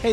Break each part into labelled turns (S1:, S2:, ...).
S1: Hey,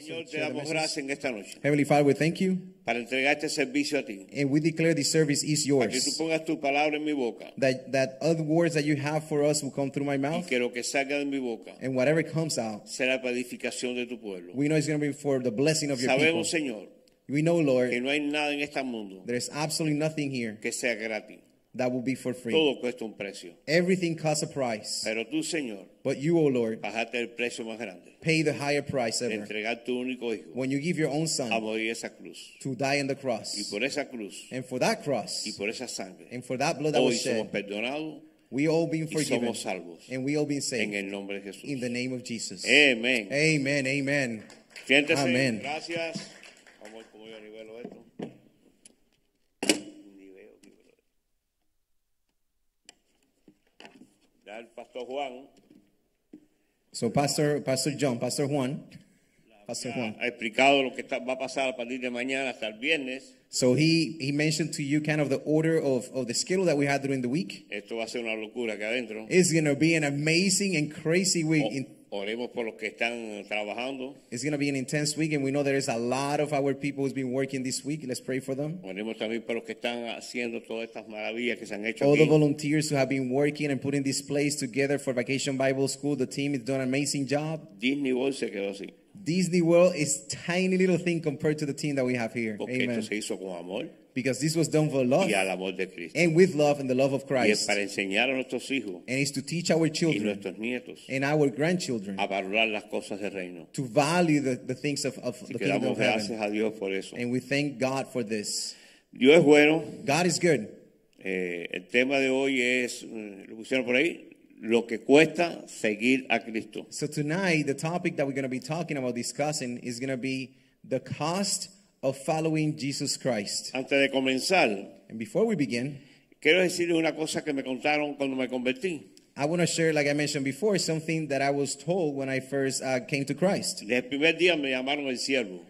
S2: Señor, te damos gracias en esta noche
S3: Heavenly Father, we thank you,
S2: para entregar este servicio a ti.
S3: and we declare this service is
S2: Para que tú
S3: yours.
S2: pongas tu palabra en mi boca
S3: That that other words that you have for us will come through my
S2: y
S3: mouth,
S2: que lo que salga de mi boca
S3: and whatever comes out,
S2: será para edificación de tu pueblo.
S3: Em- we know it's going to be for the blessing of your people.
S2: Sabemos, Señor,
S3: We know,
S2: que
S3: Lord,
S2: no hay nada en este mundo
S3: there's absolutely nothing here
S2: que sea gratis.
S3: that will be for free.
S2: Todo cuesta un precio.
S3: Everything costs a price,
S2: Pero tú, Señor,
S3: but you, O Lord,
S2: bajaste el precio más grande
S3: pay the higher price
S2: de
S3: ever
S2: entregar tu único hijo
S3: when you give your own
S2: a
S3: son
S2: morir esa cruz.
S3: to die on the
S2: Y
S3: cross.
S2: por esa cruz
S3: And for that cross,
S2: y por esa sangre,
S3: and for that blood Em- that
S2: hoy
S3: was
S2: somos
S3: shed,
S2: perdonados
S3: we all being
S2: y
S3: forgiven,
S2: somos salvos
S3: and we all being
S2: en
S3: saved
S2: el nombre de
S3: in
S2: Jesús.
S3: the name of Jesus.
S2: Amén.
S3: Amen. Amen.
S2: Siéntese.
S3: Amén.
S2: Gracias. Vamos a ver cómo yo nivelo esto. Nivelo, nivelo. Ya el pastor Juan
S3: So Pastor Pastor John, Pastor Juan, Pastor Juan.
S2: ha explicado lo que está- va a pasar a partir de mañana hasta el viernes.
S3: So he he mentioned to you kind of the order of, of the schedule that we had during the week.
S2: Esto va a ser una locura aquí adentro.
S3: It's gonna be an amazing and crazy week. In-
S2: O- Oremos por los que están trabajando.
S3: It's gonna be an intense week, and we know there is a lot of our people who's been working this week. Let's pray for them.
S2: Oremos también por los que están haciendo todas estas maravillas que se han hecho
S3: All the
S2: aquí.
S3: volunteers who have been working and putting this place together for Vacation Bible School, the team is doing an amazing job.
S2: Disney World se quedó así.
S3: Disney World is tiny little thing compared to the team that we have here.
S2: Porque esto
S3: Amen.
S2: se hizo con amor
S3: Because this was done for love
S2: y al amor de Cristo.
S3: and with love and the love of
S2: Y es
S3: Christ.
S2: para enseñar a nuestros hijos
S3: and it's to teach our
S2: y
S3: children
S2: nuestros nietos
S3: and our grandchildren
S2: a valorar las cosas del reino.
S3: to value the, the things of, of
S2: Así
S3: the
S2: que
S3: kingdom
S2: damos
S3: of heaven.
S2: gracias a Dios por eso.
S3: And we thank God for this.
S2: Dios es bueno.
S3: God is good.
S2: Eh, el tema de hoy es, mm, lo pusieron por ahí, lo que cuesta seguir a Cristo.
S3: So tonight, the topic that we're going to be talking about discussing is going to be the cost of following Jesus Christ.
S2: Antes de comenzar,
S3: And before we begin,
S2: quiero decirles una cosa que me contaron cuando me convertí.
S3: I want to share, like I mentioned before, something that I was told when I first uh, came to Christ.
S2: Desde el primer día me llamaron el siervo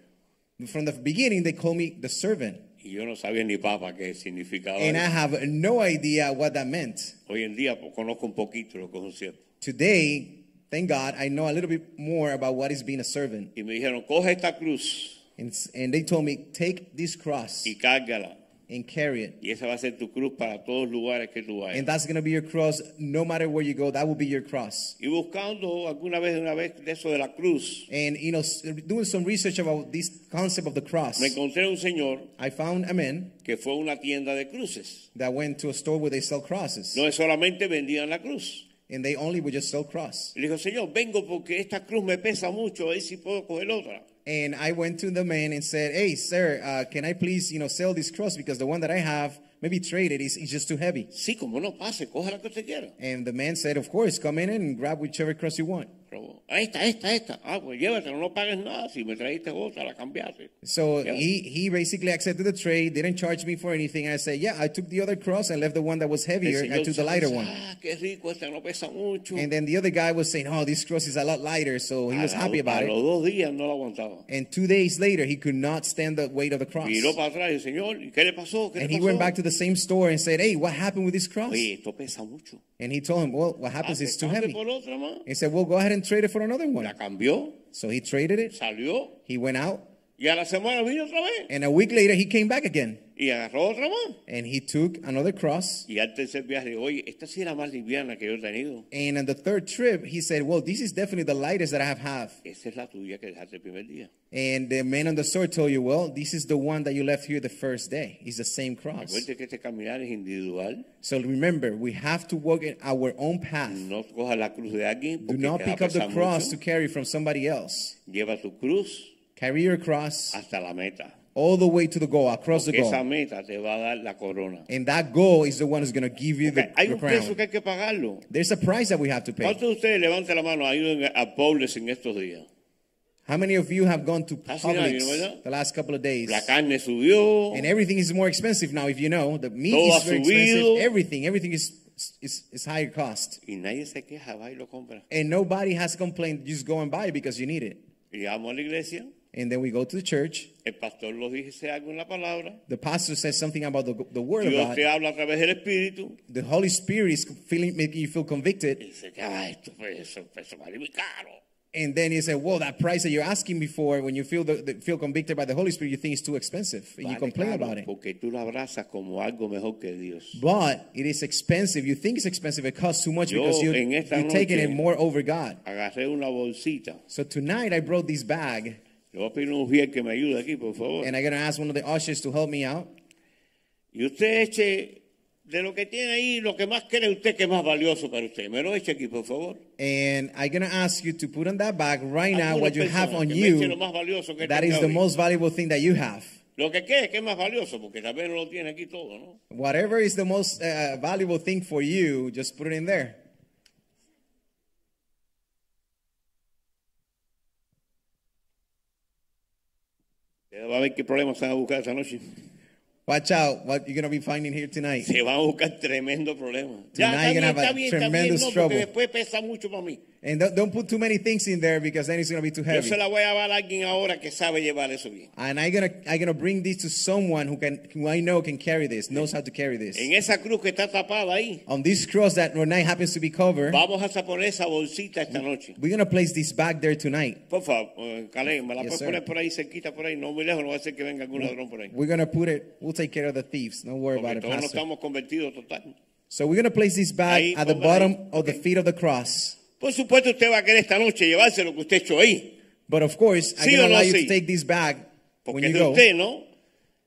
S3: From the beginning, they called me the servant,
S2: y yo no sabía ni papa qué significaba.
S3: and I
S2: eso.
S3: have no idea what that meant.
S2: Hoy en día pues, conozco un poquito lo que es un siervo.
S3: Today, thank God, I know a little bit more about what is being a servant.
S2: Y me dijeron, coge esta cruz
S3: And, and they told me, take this cross
S2: y cárgala.
S3: and carry it.
S2: Y esa va a ser tu cruz para todos los lugares que tú vayas.
S3: And that's going to be your cross no matter where you go. That will be your cross.
S2: y buscando alguna vez una vez de eso de la cruz,
S3: And, you know, s- doing some research about this concept of the cross,
S2: me encontré un señor
S3: I found a man
S2: que fue a una tienda de cruces.
S3: that went to a store where they sell crosses.
S2: No es solamente vendían la cruz.
S3: And they only would just sell cross.
S2: Le dijo, señor, vengo porque esta cruz me pesa mucho, a ver si puedo coger otra.
S3: And I went to the man and said, hey, sir, uh, can I please, you know, sell this cross because the one that I have, maybe trade it, is is just too heavy.
S2: Sí, como no pase, coja la que usted quiera.
S3: And the man said, Of course, come in and grab whichever cross you want.
S2: Pero, "Ah, esta, esta, esta. Ah, pues llévatela, no pagues nada. Si me trajiste otra, la cambiaste.
S3: So
S2: Yeah.
S3: he, he basically accepted the trade, didn't charge me for anything. I said, Yeah, I took the other cross and left the one that was
S2: El
S3: heavier. I
S2: señor
S3: took the
S2: se
S3: lighter
S2: pensó,
S3: one.
S2: Ah, qué rico, esta no pesa mucho.
S3: And then the other guy was saying, Oh, this cross is a lot lighter. So he
S2: a,
S3: was
S2: la-
S3: happy about
S2: a los
S3: it.
S2: dos días no la aguantaba.
S3: And two days later, he could not stand the weight of the cross.
S2: Miró para atrás y dijo, señor, ¿y ¿qué le pasó? ¿Qué
S3: And
S2: le
S3: he went
S2: pasó?
S3: back to the same store and said, Hey, what happened with this cross?
S2: Oye, esto pesa mucho.
S3: And he told him, Well, what
S2: Ah,
S3: happens
S2: pues
S3: is too
S2: cambie
S3: heavy.
S2: por otra más.
S3: He said, Well, go ahead and trade it for another one.
S2: La cambió,
S3: So he traded it.
S2: salió
S3: He went out.
S2: y a la semana vino otra vez
S3: And a week later, he came back again.
S2: y agarró otra más.
S3: And he took another cross.
S2: Y al tercer viaje, oye, esta sí era más liviana que yo he tenido.
S3: And on the third trip, he said, Well, this is definitely the lightest that I have had.
S2: Esa es la tuya que dejaste el primer día.
S3: And the man on the sword told you, Well, this is the one that you left here the first day. It's the same cross.
S2: Acuérdate que este caminar es individual.
S3: So remember, we have to walk in our own path.
S2: No cojas la cruz de alguien
S3: Do
S2: porque
S3: not
S2: te va a
S3: pick up the
S2: pesar
S3: cross to
S2: mucho.
S3: carry from somebody else.
S2: Lleva tu cruz
S3: Carry your cross
S2: hasta la meta.
S3: all the way to the goal, across the
S2: Porque esa
S3: goal.
S2: meta te va a dar la corona.
S3: And that goal is the one who's going to give you the,
S2: Hay
S3: the
S2: un precio que
S3: crown.
S2: hay que pagarlo.
S3: There's a price that we have to pay.
S2: ¿Cuántos de ustedes levanten la mano ayuden a pobres en estos días?
S3: How many of you have gone to
S2: Hace un año,
S3: Publix
S2: ¿verdad?
S3: the last couple of days?
S2: La carne subió,
S3: And everything is more expensive now. If you know, the meat
S2: Todo
S3: is
S2: ha
S3: very expensive.
S2: subido.
S3: Everything, everything is is is higher cost.
S2: y nadie se queja, va y lo compra.
S3: And nobody has complained. You just go and buy it because you need it.
S2: Y vamos a la iglesia,
S3: And then we go to the church.
S2: el pastor los dice algo en la palabra,
S3: The pastor says something about the the word of
S2: Dios
S3: God.
S2: te habla a través del Espíritu,
S3: The Holy Spirit is feeling, making you feel
S2: y
S3: convicted.
S2: dice, ah, esto pues, eso, eso vale muy caro.
S3: And then you say, "Well, that price that you're asking before, when you feel the, the, feel convicted by the Holy Spirit, you think it's too expensive, and you
S2: Vale
S3: complain
S2: caro
S3: about it.
S2: Porque tú lo abrazas como algo mejor que Dios.
S3: But it is expensive. You think it's expensive. It costs too much
S2: Yo,
S3: because you,
S2: en esta
S3: you're taking
S2: noche-
S3: it more over God.
S2: Agarré una bolsita.
S3: So tonight I brought this bag,
S2: Le voy a pedir a un fiel que me ayude aquí, por favor.
S3: and I'm gonna ask one of the ushers to help me out.
S2: Y usted eche de lo que tiene ahí, lo que más cree usted que es más valioso para usted. Me lo eche aquí, por favor.
S3: And I'm gonna ask you to put on that bag right now
S2: Algunas
S3: what you have
S2: personas
S3: on
S2: que me echen lo más
S3: you.
S2: valioso que
S3: That
S2: tenga
S3: is the
S2: hoy.
S3: most valuable thing that you have.
S2: Lo que quede que es más valioso, porque tal vez no lo tiene aquí todo, ¿no?
S3: Whatever is the most uh, valuable thing for you, just put it in there.
S2: Usted Va a ver qué problemas se van a buscar esa noche.
S3: Watch out what you're gonna be finding here tonight.
S2: Se van a buscar tremendo problema. Ya,
S3: Tonight
S2: está
S3: you're
S2: bien,
S3: gonna have
S2: está
S3: a
S2: bien, está bien,
S3: tremendous
S2: no, porque
S3: trouble.
S2: después pesa mucho para mí.
S3: And don't, don't put too many things in there because then it's gonna be too
S2: Yo
S3: heavy.
S2: se la voy a dar a alguien ahora que sabe llevar eso bien.
S3: And I'm gonna I'm gonna bring this to someone who can who I know can carry this, knows how to carry this.
S2: En esa cruz que está tapada ahí,
S3: On this cross that Ronay happens to be covered,
S2: vamos a poner esa bolsita
S3: Mm.
S2: esta noche.
S3: we're gonna place this bag there tonight.
S2: Por favor, eh, Calé, me la
S3: Yes,
S2: puedes
S3: sir.
S2: poner por ahí cerquita, por ahí, no muy lejos, no va a ser que venga algún ladrón por ahí.
S3: We're gonna put it. We'll take care of the thieves. Don't worry
S2: Porque
S3: about it,
S2: todos no
S3: Pastor.
S2: estamos convertidos total.
S3: So we're gonna place this bag
S2: Ahí,
S3: at the
S2: póngala
S3: bottom
S2: ahí.
S3: of the feet of the cross.
S2: Por supuesto, usted va a querer esta noche llevarse lo que usted echó ahí,
S3: But of course, I'm
S2: Sí
S3: gonna
S2: o no,
S3: allow you
S2: sí.
S3: to take this bag when
S2: porque
S3: you
S2: es de
S3: go
S2: usted, ¿no?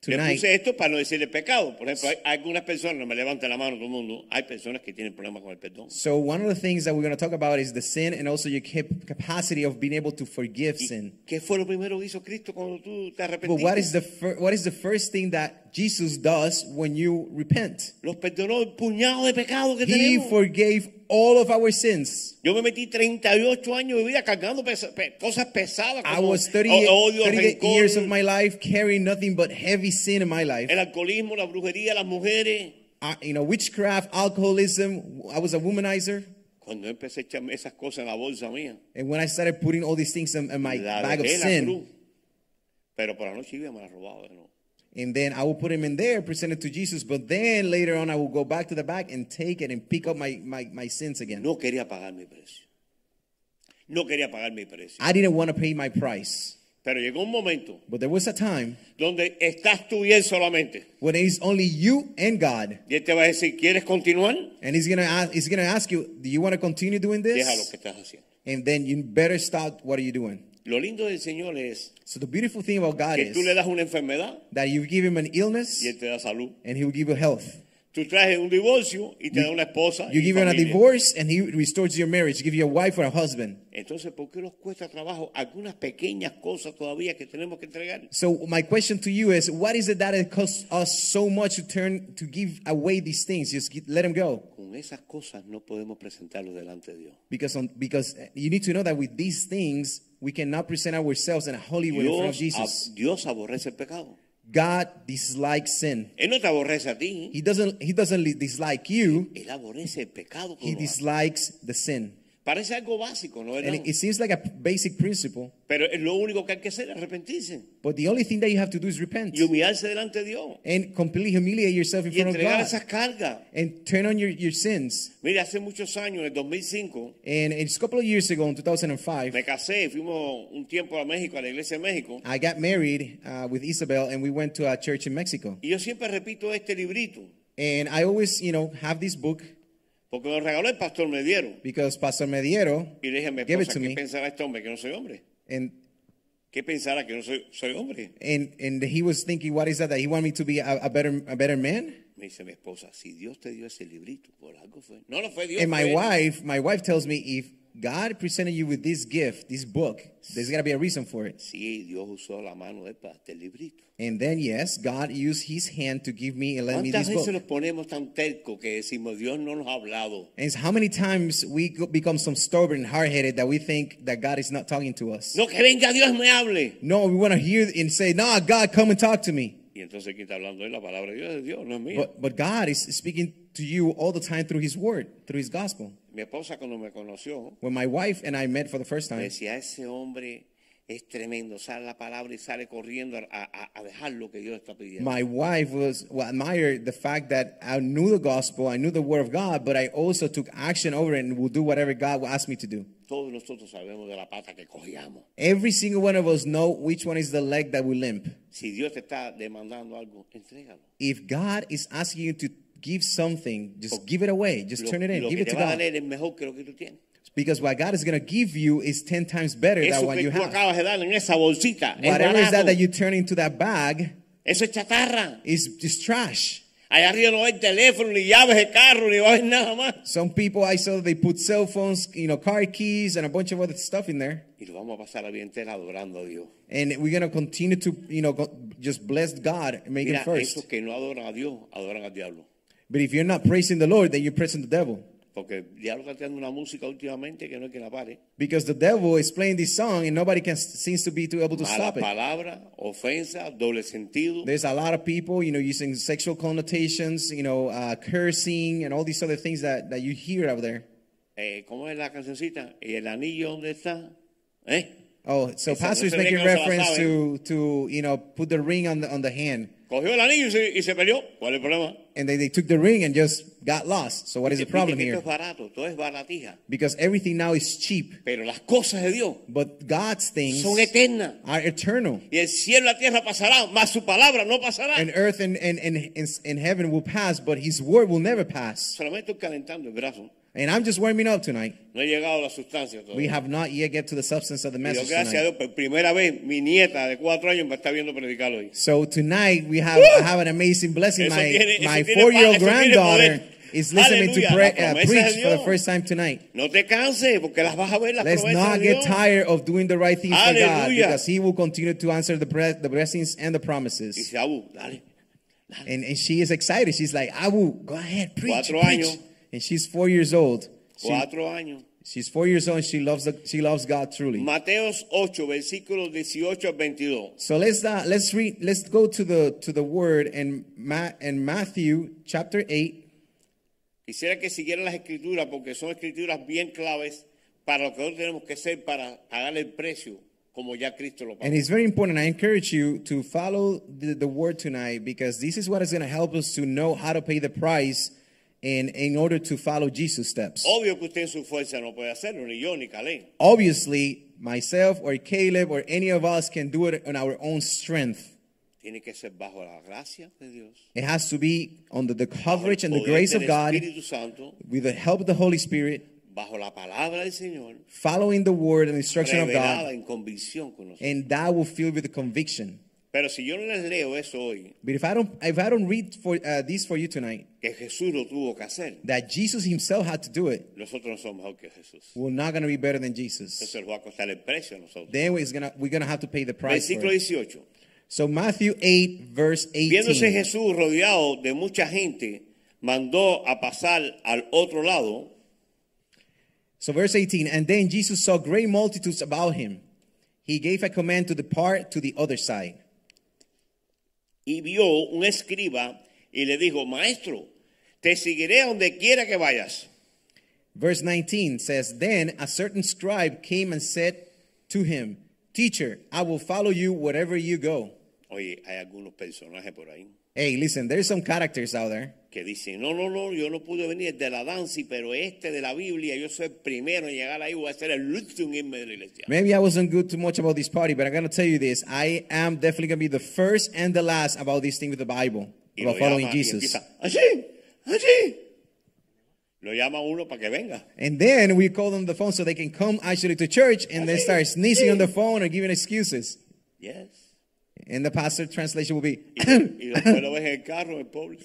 S2: Le
S3: tonight.
S2: puse esto para no decirle pecado. Por ejemplo, hay algunas personas, no me levanta la mano todo el mundo, hay personas que tienen problemas con el perdón.
S3: So one of the things that we're gonna talk about is the sin and also your cap- capacity of being able to forgive
S2: ¿Y
S3: sin.
S2: ¿Qué fue lo primero que hizo Cristo cuando tú te
S3: But what is
S2: arrepentiste?
S3: the fir- what is the first thing that Jesus does when you repent?
S2: Los perdonó el puñado de pecado que
S3: He
S2: tenemos.
S3: forgave all of our sins.
S2: Yo me metí 38 años de vida cargando pesa- pe- cosas pesadas
S3: I
S2: como
S3: was 30,
S2: o- odio,
S3: 38
S2: rencor,
S3: years of my life carrying nothing but heavy sin in my life.
S2: el alcoholismo, la brujería, las mujeres.
S3: I- you know, witchcraft, alcoholism. I was a womanizer,
S2: Cuando yo empecé a echarme esas cosas en la bolsa mía,
S3: and when I started putting all these things in, in my
S2: la
S3: bag of
S2: dejé en la
S3: sin,
S2: cruz. Pero por la noche iba y me la robaba de nuevo.
S3: and then I will put them in there, present it to Jesus. But then later on, I will go back to the bag and take it and pick up my my, my sins again.
S2: No quería pagar mi precio. No quería pagar mi precio.
S3: I didn't want to pay my price,
S2: Pero llegó un momento
S3: but there was a time
S2: donde estás tú y él solamente.
S3: when it's only you and God,
S2: Y él te va a decir, ¿quieres continuar?
S3: and He's gonna ask, He's gonna ask you, do you want to continue doing
S2: Deja lo
S3: this?
S2: que estás haciendo.
S3: And then you better stop. What are you doing?
S2: Lo lindo del Señor es
S3: So the beautiful thing about God
S2: que
S3: is
S2: tú le das una enfermedad
S3: that you give him an illness
S2: y él te da salud.
S3: and he will give you health.
S2: Tú traes un divorcio y te da una esposa.
S3: You
S2: y
S3: give him a
S2: familia.
S3: divorce and he restores your marriage. You give you a wife or a husband.
S2: Entonces, ¿por qué nos cuesta trabajo algunas pequeñas cosas todavía que tenemos que entregar?
S3: So my question to you is, what is it that it costs us so much to turn to give away these things? Just get, let them go.
S2: Con esas cosas no podemos presentarlos delante de Dios.
S3: Because on, because you need to know that with these things we cannot present ourselves in a holy way in front of
S2: Dios,
S3: Jesus.
S2: ab- Dios aborrece el pecado.
S3: God dislikes sin.
S2: Él no te aborrece a ti.
S3: He doesn't he doesn't li- dislike you.
S2: Él aborrece el pecado. que
S3: He
S2: uno hace.
S3: dislikes the sin.
S2: Parece algo básico, ¿no?
S3: And
S2: ¿Verdad?
S3: it, it seems like a basic principle,
S2: Pero es lo único que hay que hacer es arrepentirse
S3: but the only thing that you have to do is repent.
S2: y humillarse delante de Dios
S3: and completely humiliate yourself in
S2: y
S3: front of
S2: entregar
S3: God
S2: esas cargas.
S3: and turn on your, your sins.
S2: Mira, hace muchos años, en el 2005,
S3: And it's a couple of years ago, in 2005,
S2: me casé, fuimos un tiempo a México, a la iglesia de México.
S3: I got married uh, with Isabel and we went to a church in Mexico.
S2: Y yo siempre repito este librito,
S3: And I always, you know, have this book
S2: porque me lo regaló el pastor, me dieron.
S3: because Pastor Mediero
S2: Y le dije a mi
S3: gave it
S2: esposa,
S3: to
S2: ¿qué
S3: me.
S2: pensará este hombre que no soy hombre?
S3: And,
S2: ¿Qué pensará que no soy, soy hombre?
S3: and, and he was thinking, what is that? That he wanted me to be a, a, better, a better man?
S2: Me dice mi esposa, si Dios te dio ese librito, por algo fue. No, no fue Dios.
S3: And
S2: fue
S3: my
S2: él.
S3: wife, my wife tells me if God presented you with this gift, this book. There's got to be a reason for it.
S2: Sí, Dios usó la mano de él para este librito.
S3: And then, yes, God used his hand to give me and let me
S2: ¿Cuántas
S3: this
S2: veces
S3: book.
S2: nos ponemos tan terco que decimos, Dios no nos ha hablado?
S3: And it's how many times we go- become some stubborn and hard headed that we think that God is not talking to us.
S2: No, que venga Dios y me hable.
S3: No, we want to hear and say, No, God, come and talk to me.
S2: Y entonces, ¿quién está hablando? Es la palabra de Dios, es Dios, no es mía.
S3: But, but God is speaking to you all the time through his word, through his gospel.
S2: Mi esposa cuando me conoció,
S3: When my wife and I met for the first
S2: me
S3: time,
S2: decía, ese hombre es tremendo, sale la palabra y sale corriendo a, a- a dejar lo que Dios está pidiendo.
S3: my wife was well, admired the fact that I knew the gospel, I knew the word of God, but I also took action over it and will do whatever God will ask me to do.
S2: Todos nosotros sabemos de la pata que cogíamos.
S3: Every single one of us know which one is the leg that we limp.
S2: Si Dios te está demandando algo, entrégalo.
S3: If God is asking you to give something, just give it away. Just
S2: Lo,
S3: turn it in.
S2: lo
S3: Give
S2: que
S3: it
S2: te
S3: to
S2: va a dar
S3: God.
S2: él es mejor que lo que tú tienes.
S3: Because what God is going to give you is 10 times better than
S2: Eso
S3: what
S2: que
S3: you
S2: tú
S3: have.
S2: acabas de dar en esa bolsita, es
S3: Whatever is that
S2: barato.
S3: that you turn into that bag
S2: Eso es chatarra.
S3: is just trash.
S2: Allá arriba no hay teléfono, ni llaves de carro, ni va a haber nada más.
S3: Some people I saw they put cell phones, you know, car keys and a bunch of other stuff in there.
S2: Y lo vamos a pasar la vida entera adorando a Dios.
S3: And we're going to continue to, you know, go, just bless God and make
S2: Mira,
S3: him first.
S2: esos que no adoran a Dios, adoran al diablo.
S3: But if you're not praising the Lord, then you're praising the devil.
S2: Porque el diablo está teniendo una música últimamente que no hay quien la pare.
S3: Because the devil is playing this song and nobody can seems to be to able to
S2: Mala
S3: stop it.
S2: palabra, ofensa, doble sentido.
S3: There's a lot of people, you know, using sexual connotations, you know, uh, cursing and all these other things that, that you hear out there.
S2: Eh, ¿Cómo es la cancioncita? ¿Y el anillo dónde está? ¿Eh?
S3: Oh, so
S2: Esa-
S3: pastor is
S2: esa es la
S3: making
S2: que no se la
S3: reference to
S2: saben.
S3: to you know put the ring on the on the hand,
S2: Cogió el anillo y se, y se peleó. ¿Cuál es el problema?
S3: and they, they took the ring and just got lost. So what is the problem
S2: Esto
S3: here?
S2: es barato, todo es baratija.
S3: Because everything now is cheap,
S2: Pero las cosas de Dios
S3: but God's things
S2: son eternas.
S3: are eternal,
S2: Y el cielo y la tierra pasará, mas su palabra no pasará.
S3: and earth and and, and and and heaven will pass, but His word will never pass.
S2: Solamente estoy calentando el brazo.
S3: And I'm just warming up tonight.
S2: No he llegado a la sustancia
S3: We
S2: todavía.
S3: have not yet get to the substance of the
S2: Y Dios,
S3: message
S2: gracias a
S3: tonight.
S2: Dios, por primera vez mi nieta de cuatro años me está viendo predicar hoy.
S3: So tonight we have I have an amazing blessing.
S2: Eso
S3: my
S2: tiene- eso
S3: my
S2: tiene pa-
S3: four year old
S2: eso tiene
S3: granddaughter
S2: poder.
S3: is listening to
S2: Aleluya,
S3: pre-
S2: la promesa
S3: uh, preach
S2: de
S3: for the
S2: Dios.
S3: first time tonight.
S2: No te canses, porque las vas a ver las
S3: Let's
S2: promesas
S3: not
S2: de Dios.
S3: get tired of doing the right things for God
S2: Hallelujah.
S3: because He will continue to answer the, bre- the blessings and the promises.
S2: Dice, Abu, dale.
S3: And, and she is excited. She's like, I will go ahead, preach.
S2: Cuatro
S3: preach."
S2: años.
S3: And she's four years old. She-
S2: Cuatro años.
S3: she's four years old. And she loves the, she loves God truly.
S2: Mateos 8, versículos 18 al 22.
S3: So let's uh, let's read. Let's go to the to the Word and Ma- and Matthew chapter eight.
S2: Quisiera que siguieran las escrituras porque son escrituras bien claves para lo que hoy tenemos que ser para pagar el precio como ya Cristo lo
S3: And
S2: pagó.
S3: it's very important. I encourage you to follow the, the word tonight because this is what is going to help us to know how to pay the price in, in order to follow Jesus' steps.
S2: Obvio que usted en su fuerza no puede hacerlo, ni yo ni Calé.
S3: Obviously, myself or Caleb or any of us can do it on our own strength.
S2: Tiene que ser bajo la gracia de Dios.
S3: It has to be under the
S2: Bajo el
S3: coverage and the
S2: poder
S3: grace
S2: del
S3: of God,
S2: Espíritu Santo,
S3: with the help of the Holy Spirit,
S2: bajo la palabra del Señor,
S3: following the word and instruction of
S2: revelada
S3: God,
S2: en convicción con nosotros.
S3: and that will fill you with the conviction.
S2: Pero si yo no les leo eso hoy,
S3: But if I don't, if I don't read for uh, these for you tonight,
S2: que Jesús lo tuvo que hacer,
S3: that Jesus Himself had to do it,
S2: nosotros no somos mejor que Jesús.
S3: we're not going to be better than Jesus.
S2: Entonces nos va a costar el precio a nosotros.
S3: then it's gonna, we're going to have to pay the price. for
S2: Versículo
S3: it.
S2: 18.
S3: So Matthew 8, verse
S2: Viéndose
S3: 18.
S2: Jesús rodeado de mucha gente, mandó a pasar al otro lado
S3: So verse 18, and then Jesus saw great multitudes about him. He gave a command to depart to the other side.
S2: y vio un escriba y le dijo, maestro, te seguiré a donde quiera que vayas.
S3: Verse 19 says, Then a certain scribe came and said to him, Teacher, I will follow you wherever you go.
S2: Oye, hay algunos personajes por ahí
S3: Hey, listen, there's some characters out there
S2: que dicen, no, no, no, yo no pude venir de la danza, pero este de la Biblia, yo soy el primero en llegar ahí, voy a ser el último en irme de la iglesia.
S3: Maybe I wasn't good too much about this party, but I'm gonna tell you this: I am definitely gonna be the first and the last about this thing with the Bible,
S2: Y
S3: about
S2: lo
S3: following
S2: llama y
S3: Jesus.
S2: empieza, así, así. Lo llama uno para que venga.
S3: And then we call them the phone so they can come actually to church, and they start sneezing on the phone or giving excuses.
S2: Yes.
S3: And the pastor translation will be,
S2: Y después lo ves en el carro, en el pueblo.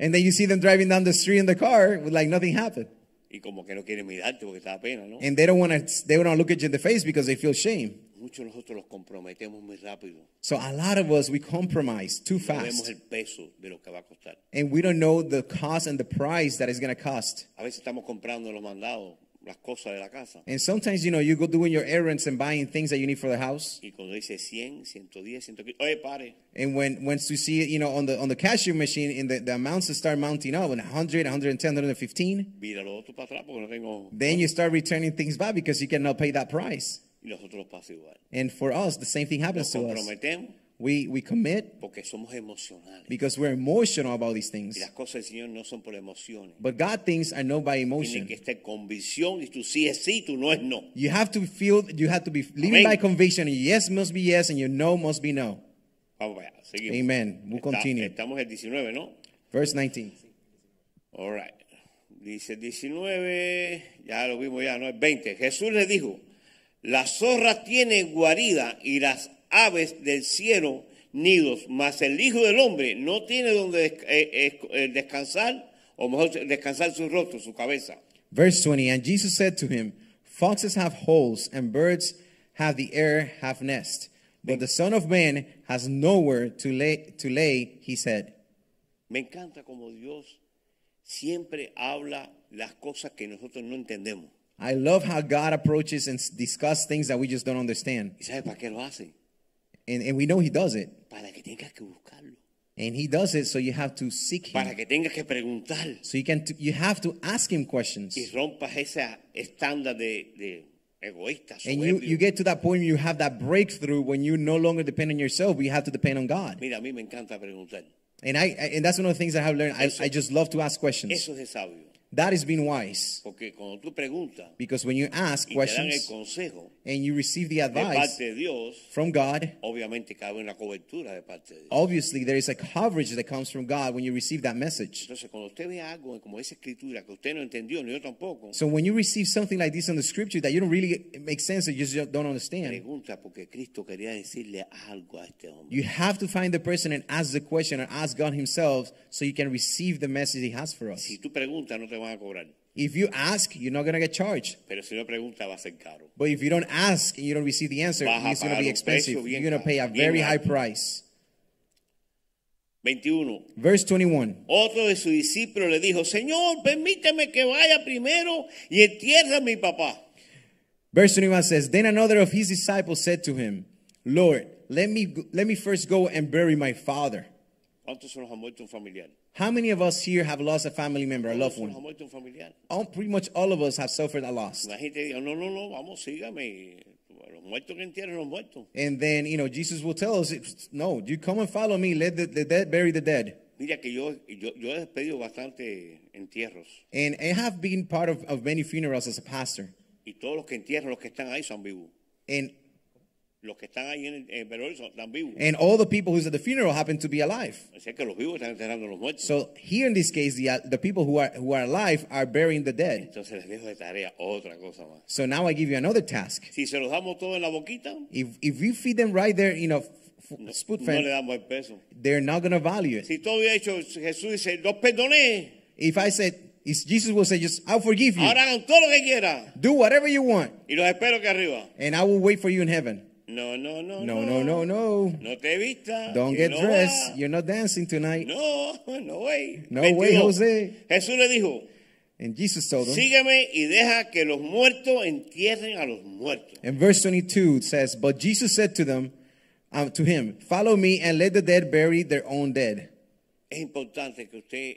S3: and then you see them driving down the street in the car with like nothing happened.
S2: Y como que no quieren mirarte porque te da pena, ¿no?
S3: And they don't want to they don't look at you in the face because they feel shame.
S2: Muchos de nosotros los comprometemos muy rápido.
S3: So a lot of us we compromise too
S2: No vemos
S3: fast.
S2: el peso de lo que va a costar.
S3: And we don't know the cost and the price that it's gonna cost.
S2: A veces estamos comprando los mandados, las cosas de la casa.
S3: And sometimes you know you go doing your errands and buying things that you need for the house.
S2: Y cuando dice 100, 110, 115, oye, pare,
S3: And when once you see it, you know, on the on the cashier machine, and the, the amounts start mounting up, and 100, 110, 115,
S2: mira lo otro para atrás porque no tengo.
S3: then you start returning things back because you cannot pay that price.
S2: Y nosotros los pasa igual.
S3: And for us, the same thing happens
S2: Nos
S3: to us.
S2: comprometemos
S3: We we commit
S2: porque somos emocionales.
S3: because we're emotional about these things.
S2: Y las cosas del Señor no son por emociones.
S3: But God things are known by
S2: Tienen que
S3: emotion.
S2: estar convicción y tu sí es sí, tu no es no.
S3: You have to feel you have to be living by
S2: Amén.
S3: conviction. and Yes must be yes, and your no must be no.
S2: Vamos para allá, seguimos.
S3: Amen. We'll
S2: Está-
S3: continue.
S2: estamos en el 19, ¿no?
S3: Verse 19.
S2: All right. Dice 19, ya lo vimos ya, no es 20. Jesús les dijo, las zorras tienen guarida y las aves del cielo nidos, mas el Hijo del Hombre no tiene donde des- eh, eh, eh, descansar, o mejor descansar su rostro, su cabeza.
S3: Verse 20. And Jesus said to him, Foxes have holes, and birds have the air have nest, but the Son of Man has nowhere to lay to lay his head.
S2: Me encanta como Dios siempre habla las cosas que nosotros no entendemos.
S3: I love how God approaches and discusses things that we just don't understand.
S2: ¿Y sabes para qué lo hace?
S3: And, and we know he does it.
S2: Para que tengas que buscarlo,
S3: And he does it so you have to seek him.
S2: para que tengas que preguntar.
S3: So you can t- you have to ask him questions.
S2: y rompas esa estándar de, de egoísta.
S3: And you,
S2: soberbio.
S3: you get to that point where you have that breakthrough when you no longer depend on yourself, but you have to depend on God.
S2: Mira, a mí me encanta preguntar.
S3: And I I- and that's one of the things that I have learned. I, I just love to ask questions.
S2: Eso es de sabio,
S3: That is being wise.
S2: porque cuando tú preguntas
S3: Because when you ask
S2: y te dan el
S3: questions
S2: consejo
S3: and you receive the
S2: de
S3: advice
S2: parte de Dios,
S3: from God,
S2: obviamente cabe una cobertura de parte de Dios.
S3: obviously there is a coverage that comes from God when you receive that message.
S2: Entonces, cuando usted ve algo como esa escritura que usted no entendió, ni yo tampoco,
S3: So when you receive something like this in the scripture that you don't really it makes sense or you just don't understand,
S2: pregunta porque Cristo quería decirle algo a este hombre.
S3: you have to find the person and ask the question or ask God Himself so you can receive the message He has for us.
S2: Si tú preguntas, no te van a cobrar,
S3: If you ask, you're not gonna get charged.
S2: pero si no preguntas, va a ser caro.
S3: But if you don't ask and you don't receive the answer,
S2: Vas a
S3: it's gonna
S2: pagar
S3: be
S2: un
S3: expensive.
S2: precio bien
S3: You're gonna pay a
S2: caro, bien
S3: very high
S2: alto.
S3: price.
S2: 21.
S3: Verse 21.
S2: Otro de sus discípulos le dijo, Señor, permíteme que vaya primero y entierre a mi papá.
S3: Verse 21 says, Then another of his disciples said to him, Lord, let me go- let me first go and bury my father.
S2: ¿Cuántos se nos ha muerto un familiar?
S3: How many of us here have lost a family member, a loved
S2: se nos ha
S3: one?
S2: muerto un familiar?
S3: All, pretty much all of us have suffered a loss.
S2: La gente dice, no, no, no, vamos, sígame. Los muertos que entierren, los muertos.
S3: And then, you know, Jesus will tell us, no, you come and follow me, let the, the dead bury the dead.
S2: Mira que yo, yo, yo he despedido bastante entierros.
S3: And I have been part of, of many funerals as a pastor.
S2: Y todos los que entierran, los que están ahí, son vivos.
S3: And
S2: Los que están ahí en el en velorio son- están vivos.
S3: and all the people who's at the funeral happen to be alive.
S2: O sea que los vivos están enterrando a los muertos.
S3: So here in this case, the, uh, the people who are, who are alive are burying the dead.
S2: Entonces les dejo de tarea otra cosa más.
S3: So now I give you another task.
S2: Si se los damos todo en la boquita,
S3: If, if we feed them right there, you know, f- f-
S2: no,
S3: spoon
S2: no
S3: fed,
S2: le damos el peso.
S3: they're not going to value it.
S2: Si todo había hecho, Jesús dice, los perdoné,
S3: If I said, if Jesus will say, just, I'll forgive you.
S2: ahora hagan todo lo que quieran
S3: Do whatever you want,
S2: y los espero que arriba.
S3: and I will wait for you in heaven.
S2: No, no, no.
S3: No, no, no, no.
S2: No te vistas.
S3: Don't
S2: que
S3: get
S2: no
S3: dressed.
S2: vas.
S3: You're not dancing tonight.
S2: No, no way.
S3: No way,
S2: 22.
S3: José.
S2: Jesús le dijo,
S3: And Jesus told them.
S2: sígueme y deja que los muertos entierren a los muertos.
S3: And verse 22 says, But Jesus said to them, um, to him, Follow me and let the dead bury their own dead.
S2: Es importante que usted,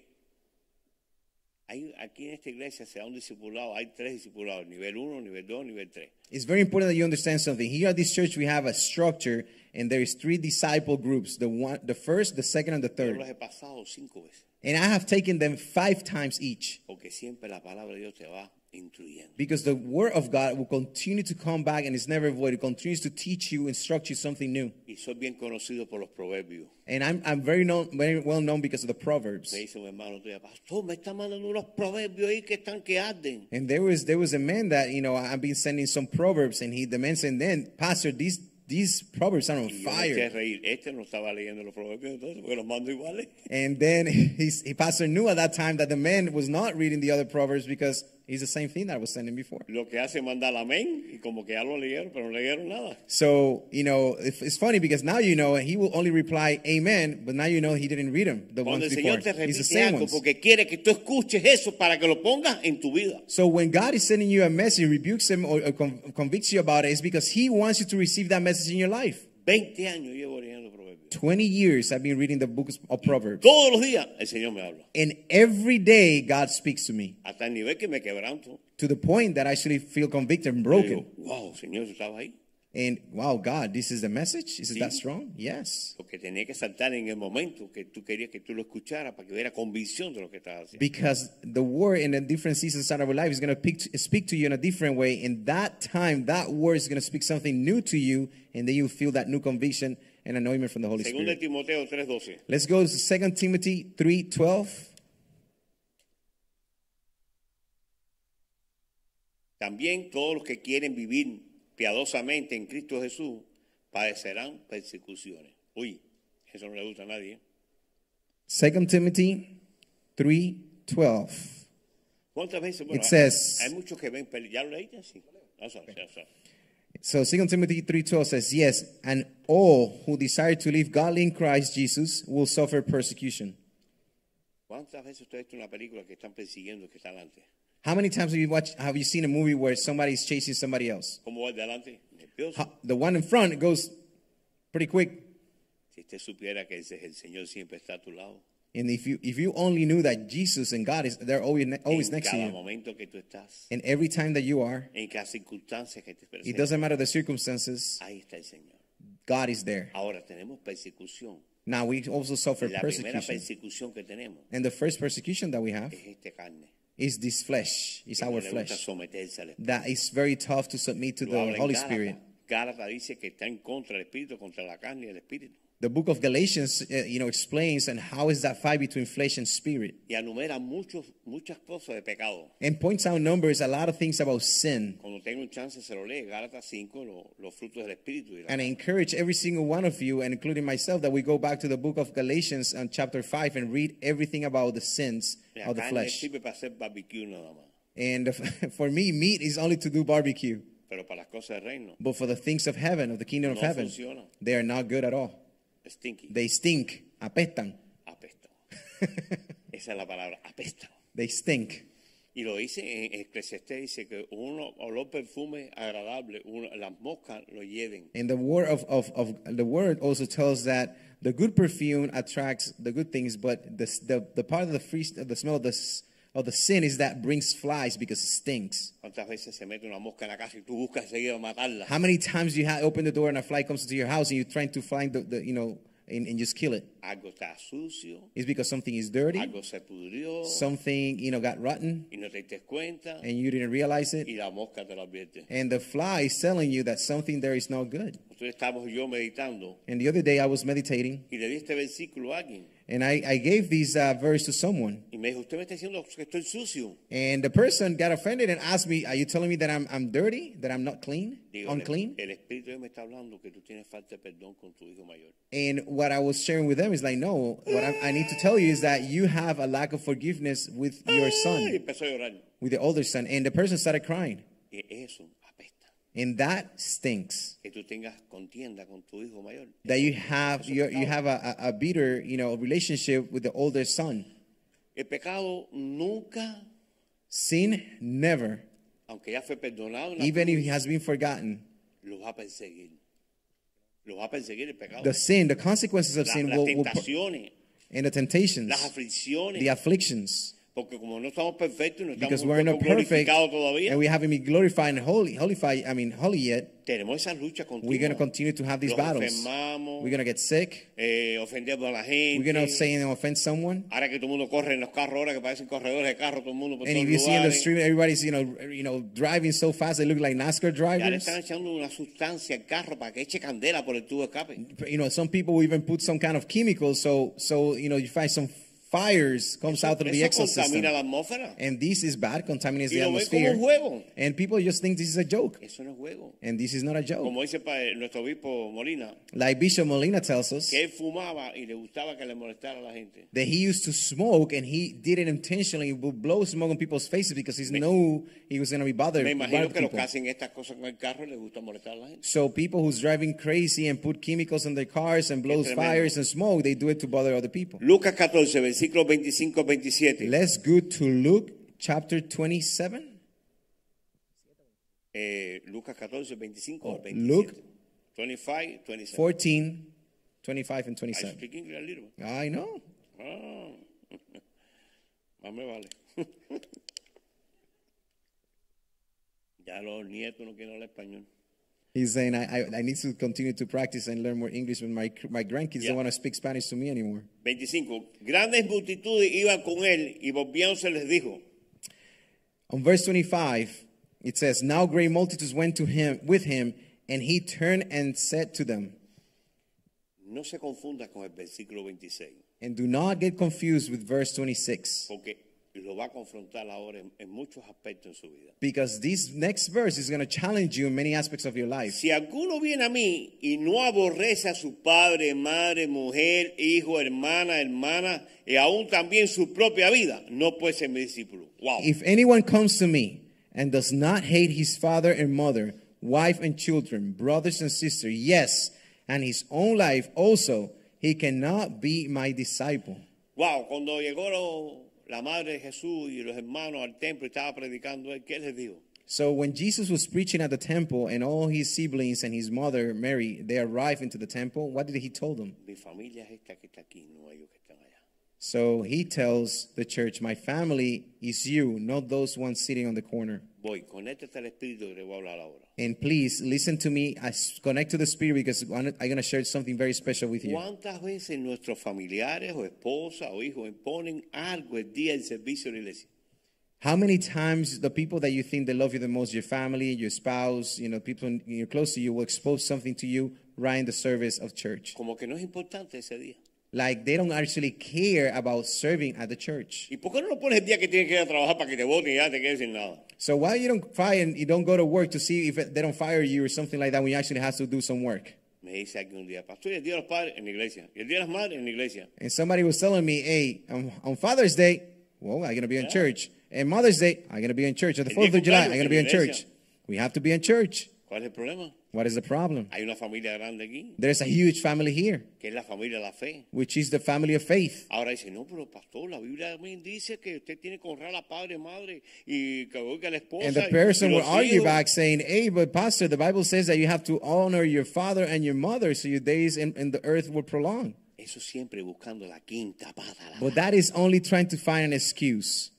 S2: hay- aquí en esta iglesia se da un discipulado, hay tres discipulados, nivel 1, nivel 2, nivel 3.
S3: It's very important that you understand something. Here at this church, we have a structure, and there is three disciple groups: the one, the first, the second, and the
S2: Yo
S3: third.
S2: los he pasado cinco veces,
S3: And I have taken them five times each
S2: porque siempre la palabra de Dios te va instruyendo.
S3: because the word of God will continue to come back, and it's never void. It continues to teach you, instruct you something new.
S2: Y soy bien conocido por los proverbios.
S3: And I'm, I'm very known, very well known because of the proverbs.
S2: Me dice un hermano tuyo, pastor, me están mandando unos proverbios ahí que están que arden.
S3: And there was there was a man that you know I've been sending some proverbs, and he the man said, "Then Pastor, these these proverbs are on
S2: Y yo me eché a
S3: fire."
S2: reír. Este no estaba leyendo los proverbios entonces, porque los mando iguales.
S3: And then he, he Pastor knew at that time that the man was not reading the other proverbs because It's the same thing that I was sending before.
S2: Lo que hace es mandar amén y como que ya lo leyeron, pero no leyeron nada.
S3: So, you know, if, it's funny because now you know he will only reply amen, but now you know he didn't read them, the
S2: Cuando
S3: ones
S2: el
S3: before.
S2: Señor te
S3: It's
S2: repite
S3: the same
S2: algo
S3: ones.
S2: porque quiere que tú escuches eso para que lo pongas en tu vida.
S3: So when God is sending you a message, rebukes him or, or con- convicts you about it, it's because he wants you to receive that message in your life.
S2: 20 años llevo leyendo proverbios.
S3: 20 years I've been reading the book of Proverbs.
S2: Todos los días el Señor me habla.
S3: And every day God speaks to me
S2: Hasta el nivel que me quebranto.
S3: to the point that I actually feel convicted and
S2: Yo
S3: broken.
S2: digo, wow, Señor, tú estabas ahí.
S3: And wow, God, this is the message? Is it that
S2: Sí.
S3: strong? Yes.
S2: Porque tenía que saltar en el momento que tú querías que tú lo escucharas para que hubiera convicción de lo que estabas haciendo.
S3: Because the word in the different seasons of our life is going to speak to you in a different way. In that time, that word is going to speak something new to you, and then you feel that new conviction and anointment from the Holy
S2: Segunda de
S3: Spirit.
S2: Timoteo 3:12.
S3: Let's go to 2 Timothy 3.12.
S2: También todos los que quieren vivir piadosamente en Cristo Jesús padecerán persecuciones. Uy, eso no le gusta a nadie. ¿eh?
S3: 2 Timothy 3.12.
S2: ¿Cuántas veces?
S3: It says-
S2: hay muchos que ven peli- ¿Ya lo leíste? Sí. Ya sabes, ya sabes.
S3: So 2 Timothy 3.12 says, Yes, and all who desire to live godly in Christ Jesus will suffer persecution.
S2: ¿Cuántas veces usted ha visto una película que están persiguiendo que está delante?
S3: How many times have you watched, have you seen a movie where somebody is chasing somebody else?
S2: ¿Cómo va el de delante? Nervioso.
S3: Ho- The one in front goes pretty quick.
S2: Si usted supiera que ese- el Señor siempre está a tu lado.
S3: And if you if you only knew that Jesus and God is they're always ne- always
S2: en
S3: next to
S2: cada
S3: you.
S2: momento que tú estás,
S3: And every time that you are,
S2: en cada circunstancia que te
S3: it
S2: presenta,
S3: doesn't matter the circumstances,
S2: ahí está el Señor.
S3: God is there.
S2: Ahora tenemos persecución.
S3: Now we also suffer
S2: La primera persecución
S3: persecution.
S2: que tenemos
S3: And the first persecution that we have
S2: es esta carne.
S3: is this flesh, is
S2: que no
S3: our
S2: le gusta
S3: flesh.
S2: someterse al Espíritu.
S3: That is very tough to submit to
S2: Lo
S3: the
S2: habla en
S3: Holy
S2: Gálatas.
S3: Spirit.
S2: Gálatas dice que está en contra del Espíritu, contra la carne y el Espíritu.
S3: The book of Galatians, uh, you know, explains and how is that fight between flesh and spirit,
S2: Y enumera muchos, muchas cosas de pecado.
S3: and points out numbers a lot of things about sin.
S2: Cuando tenga un chance se lo lee. Gálatas 5, lo- los frutos del Espíritu. y la
S3: And I encourage every single one of you, and including myself, that we go back to the book of Galatians on chapter five and read everything about the sins
S2: La
S3: of the
S2: carne
S3: flesh.
S2: sirve para hacer barbecue nada más.
S3: And for me, meat is only to do barbecue,
S2: Pero para las cosas del reino,
S3: but for the things of heaven, of the kingdom
S2: No
S3: of heaven,
S2: funciona.
S3: they are not good at all.
S2: stinky,
S3: They stink, apestan.
S2: apesta. Esa es la palabra, apesta.
S3: They stink.
S2: Y lo dice en Eclesiastés, dice que uno olor perfume agradable, uno- las moscas lo lleven.
S3: And the word of, of, of the word also tells that the good perfume attracts the good things, but the the, the part of the free, the smell of the s- of the sin is that brings flies because it stinks.
S2: ¿Cuántas veces se mete una mosca en la casa y tú buscas enseguida matarla?
S3: How many times you ha- open the door and a fly comes into your house and you're trying to find the, the you know and, and just kill it?
S2: Algo está sucio,
S3: It's because something is dirty,
S2: algo se pudrió
S3: something you know got rotten,
S2: y no te diste cuenta
S3: and you didn't realize
S2: y
S3: it.
S2: la mosca te lo advierte.
S3: And the fly is telling you that something there is not good.
S2: Entonces estamos yo meditando
S3: And the other day I was meditating
S2: y le di este versículo a alguien
S3: and I, I gave these uh, verse to someone.
S2: y me dijo, usted me está diciendo que estoy sucio.
S3: And the person got offended and asked me, "Are you telling me that I'm I'm dirty? That I'm not clean?
S2: Digo, el-
S3: unclean?"
S2: El, Espíritu de Dios me está hablando que tú tienes falta de perdón con tu hijo mayor.
S3: And what I was sharing with them is like, "No, what I, I need to tell you is that you have a lack of forgiveness with your
S2: Y
S3: son,
S2: empezó a llorar.
S3: with the older son." And the person started crying,
S2: Y eso apesta.
S3: and that stinks.
S2: Que tú tengas contienda con tu hijo mayor.
S3: That you have
S2: Eso es
S3: you you
S2: pecado.
S3: have a, a a bitter you know relationship with the older son.
S2: El pecado nunca,
S3: Sin never,
S2: aunque ya fue perdonado, en la
S3: even if
S2: cruz,
S3: he has been forgotten,
S2: lo va a perseguir. Lo va a perseguir el pecado.
S3: the sin, the consequences of
S2: La-
S3: sin,
S2: las
S3: will, will
S2: tentaciones,
S3: and the temptations,
S2: las aflicciones.
S3: the afflictions.
S2: porque como no estamos perfectos, no estamos
S3: because
S2: un
S3: we're not
S2: poco
S3: perfect
S2: glorificados todavía,
S3: and we haven't been glorified and holy, holified, I mean, holy yet,
S2: tenemos esas luchas continuas.
S3: we're going to continue to have these
S2: Nos
S3: battles.
S2: enfermamos.
S3: We're going to get sick.
S2: Eh, ofendemos a la
S3: We're going to
S2: gente.
S3: say and offend someone.
S2: Ahora que todo el mundo corre en los carros, ahora que parecen corredores de carro, todo el mundo por
S3: And
S2: todos
S3: if you see in the
S2: lugares.
S3: street, everybody's, you know, you know, driving so fast, they look like NASCAR
S2: Ya le
S3: drivers.
S2: están echando una sustancia al carro para que eche candela por el tubo de escape.
S3: You know, some people will even put some kind of chemical. So, so you know, you find some fires comes out through the
S2: Eso
S3: exhaust system.
S2: contamina la atmósfera.
S3: And this is bad, contaminates
S2: Y
S3: the
S2: lo ven como
S3: atmosphere.
S2: un juego.
S3: And people just think this is a joke.
S2: Eso no es juego.
S3: And this is not a joke.
S2: Como dice pa- eh, nuestro obispo Molina,
S3: Like Bishop Molina tells us,
S2: que él fumaba y le gustaba que le molestara a la gente.
S3: that he used to smoke and he did it intentionally, would blow smoke on people's faces because he knew he was going to be bothered.
S2: Me imagino
S3: bothered
S2: que los
S3: people.
S2: que hacen estas cosas con el carro les gusta molestar a la gente.
S3: So people who's driving crazy and put chemicals on their cars and blows
S2: tremendo.
S3: fires and smoke, they do it to bother other people.
S2: Lucas 14, versículos 25 27.
S3: Let's go to Luke chapter 27.
S2: Eh, Lucas 14, 25 o
S3: Oh,
S2: 27.
S3: Luke.
S2: 25, 27.
S3: 14, 25, and
S2: I
S3: 27.
S2: speak English a little. bit.
S3: I know.
S2: Ah. Más me vale. ya los nietos no quieren hablar español.
S3: He's saying, I, I, I need to continue to practice and learn more English when my, my grandkids
S2: Yeah.
S3: don't want to speak Spanish to me anymore.
S2: 25. Grandes multitudes iban con él y volviéndose les dijo,
S3: On verse 25, it says, Now great multitudes went to him with him, and he turned and said to them,
S2: no se confunda con el versículo 26,
S3: And do not get confused with verse 26,
S2: porque lo va a confrontar ahora en, en muchos aspectos en su vida.
S3: because this next verse is going to challenge you in many aspects of your life.
S2: Si alguno viene a mí y no aborrece a su padre, madre, mujer, hijo, hermana, hermana, y aún también su propia vida, no puede ser mi discípulo. Wow.
S3: If anyone comes to me and does not hate his father and mother, wife and children, brothers and sisters, yes, and his own life also, he cannot be my disciple.
S2: Wow, cuando llegó lo- la madre de Jesús y los hermanos al templo y estaba predicando él, ¿qué les dijo?
S3: So when Jesus was preaching at the temple and all his siblings and his mother Mary they arrived into the temple, what did he tell them?
S2: Mi familia es esta que está aquí, no ellos que están allá.
S3: So he tells the church, "My family is you, not those ones sitting on the corner."
S2: Voy, conéctate al espíritu que te voy a hablar ahora.
S3: And please listen to me. I s- connect to the spirit because I'm going to share something very special with you.
S2: ¿Cuántas veces nuestros familiares o esposa o hijos imponen algo el día del servicio de la iglesia?
S3: How many times the people that you think they love you the most, your family, your spouse, you know, people in- you're close to you, will expose something to you right in the service of church?
S2: Como que no es importante ese día.
S3: Like they don't actually care about serving at the church.
S2: ¿Y por qué no lo pones el día que tienes que ir a trabajar para que te voten y ya te quedes sin nada?
S3: So why you don't try and you don't go to work to see if they don't fire you or something like that when you actually have to do some work?
S2: Me dice aquí un día, pastor, y el día de los padres en la iglesia, y el día de las madres en la iglesia.
S3: And somebody was telling me, hey, on, on Father's Day, well, I'm gonna be in church, and Mother's Day, I'm gonna be in church. On the
S2: El
S3: Fourth
S2: día
S3: of July, I'm
S2: cumpleaños
S3: gonna
S2: en
S3: be in
S2: la iglesia.
S3: church. We have to be in church.
S2: ¿Cuál es el problema?
S3: What is the problem?
S2: Hay una familia grande aquí,
S3: There's a huge family here,
S2: que es la familia de la fe.
S3: which is the family of faith.
S2: Ahora dice, no, pero pastor, la Biblia también dice que usted tiene que honrar a padre, madre, y que oiga a la esposa.
S3: And the
S2: y-
S3: person
S2: y los
S3: will argue
S2: hijos".
S3: back saying, hey, but Pastor, the Bible says that you have to honor your father and your mother so your days in, in the earth will prolong.
S2: Eso siempre buscando la quinta pata. La
S3: But that is only trying to find an excuse.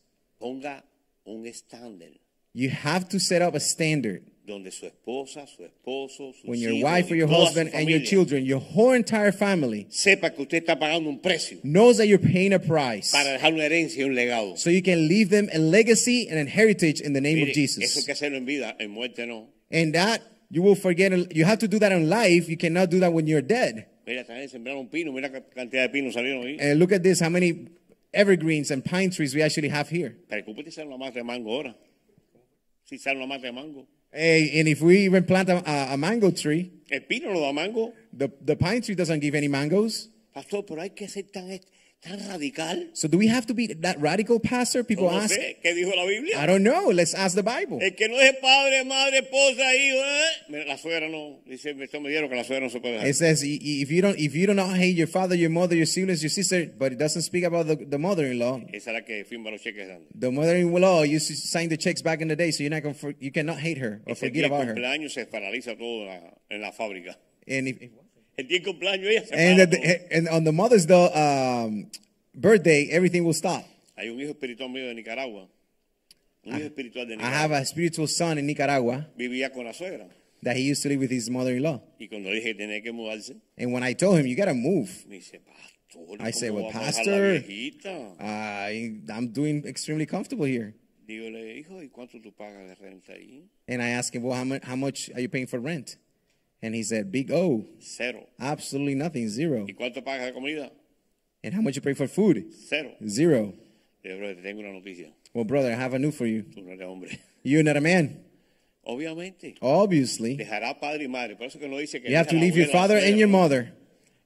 S2: Ponga un estándar
S3: You have to set up a standard
S2: donde su esposa, su esposo, su
S3: when your wife or your husband and your children, your whole entire family,
S2: sepa que usted está pagando un precio
S3: knows that you're paying a price.
S2: para dejar una herencia y un legado.
S3: So you can leave them a legacy and a heritage in the name
S2: Mire,
S3: of
S2: Eso hay
S3: Jesus.
S2: que hacerlo en vida, en muerte no.
S3: And that you will forget. You have to do that in life. You cannot do that when you're dead.
S2: Mira, también sembraron pino, mira qué cantidad de pinos salieron ahí.
S3: And look at this how many evergreens and pine trees we actually have here.
S2: Preocúpate si sale una mata de mango ahora. Si sale una mata de mango.
S3: Hey, and if we even plant a, a- a mango tree,
S2: El pino no da mango.
S3: the, the pine tree doesn't give any mangoes.
S2: Pastor, pero hay que ser tan, tan radical.
S3: So do we have to be that radical, Pastor? People
S2: no
S3: ask.
S2: sé, ¿qué dijo la Biblia?
S3: I don't know. Let's ask the Bible.
S2: El que no es padre, madre, esposa, hijo, ¿eh? Mira, la suegra no. Dice, esto me dieron que la suegra no se puede dejar.
S3: It says i- i- if you don't if you do not hate your father, your mother, your siblings, your sister, but it doesn't speak about the, the mother-in-law.
S2: Esa es la que firma los cheques grandes.
S3: The mother-in-law used to sign the checks back in the day, so you're not gonna for, you cannot hate her or
S2: Ese
S3: forget
S2: día de
S3: about her.
S2: cumpleaños se paraliza todo en la, en la fábrica.
S3: And if,
S2: El día de cumpleaños ella se
S3: and
S2: para
S3: at the-
S2: todo.
S3: and on the mother's day um, birthday, everything will stop.
S2: Hay un hijo espiritual mío de Nicaragua. Un hijo espiritual de
S3: I have
S2: Nicaragua.
S3: a spiritual son in Nicaragua
S2: Vivía con la suegra.
S3: that he used to live with his mother-in-law,
S2: Y cuando le dije que tenía que mudarse,
S3: and when I told him you gotta move,
S2: me dice, pastor, ¿cómo
S3: I say, well,
S2: vamos a dejar la
S3: pastor-
S2: viejita?
S3: I I'm doing extremely comfortable here.
S2: Digo, le hijo, ¿y cuánto tú pagas de renta ahí?
S3: And I asked him, well, how much how much are you paying for rent? And he said, big O.
S2: Cero.
S3: Absolutely nothing, zero.
S2: ¿Y cuánto pagas de comida?
S3: And how much you pay for food?
S2: Cero.
S3: Zero.
S2: Le digo, "Brother, te tengo una noticia.
S3: Well, brother, I have a new for you.
S2: Tú no eres hombre.
S3: You're not a man.
S2: Obviamente.
S3: Obviously,
S2: Dejará padre y madre. Por eso que no dice que.
S3: you have
S2: deja
S3: to
S2: la
S3: leave your
S2: abuela, la
S3: father and
S2: suegra,
S3: your
S2: ¿no?
S3: mother.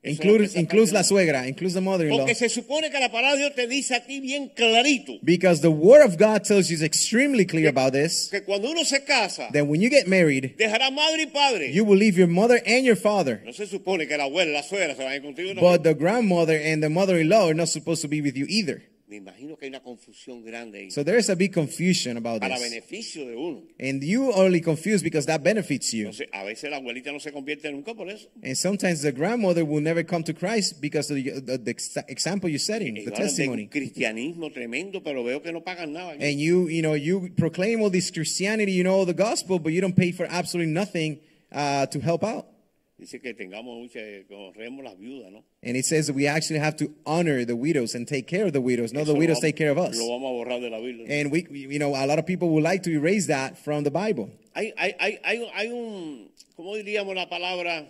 S2: Eso
S3: Include,
S2: es lo que esa
S3: includes la
S2: parte-
S3: suegra, includes the mother-in-law.
S2: Porque se supone que la palabra de Dios te dice a ti bien clarito
S3: Because the word of God tells you is extremely clear about this.
S2: que cuando uno se casa,
S3: That when you get married,
S2: dejará madre y padre.
S3: you will leave your mother and your father.
S2: no se supone que la abuela y la suegra se van a ir contigo. ¿no?
S3: But the grandmother and the mother-in-law are not supposed to be with you either.
S2: Me imagino que hay una confusión grande ahí.
S3: So there is a big confusion about
S2: para
S3: this.
S2: beneficio de uno.
S3: And you only confused because that benefits you.
S2: Entonces, a veces la abuelita no se convierte nunca por eso.
S3: And sometimes the grandmother will never come to Christ because of the, the, the ex- example you're setting, the
S2: Igual donde hay un
S3: testimony.
S2: cristianismo tremendo, pero veo que no pagan nada. aquí.
S3: And you, you know, you proclaim all this Christianity, you know, all the gospel, but you don't pay for absolutely nothing uh, to help out.
S2: Dice que tengamos mucha, que honremos las viudas, ¿no?
S3: And it says that we actually have to honor the widows and take care of the widows. No,
S2: Eso
S3: the
S2: lo
S3: widows
S2: vamos-
S3: take care of us.
S2: Lo vamos a borrar de la Biblia.
S3: And we, we- you know, a lot of people would like to erase that from the Bible.
S2: hay, hay, hay, hay, un- hay un, ¿cómo diríamos la palabra?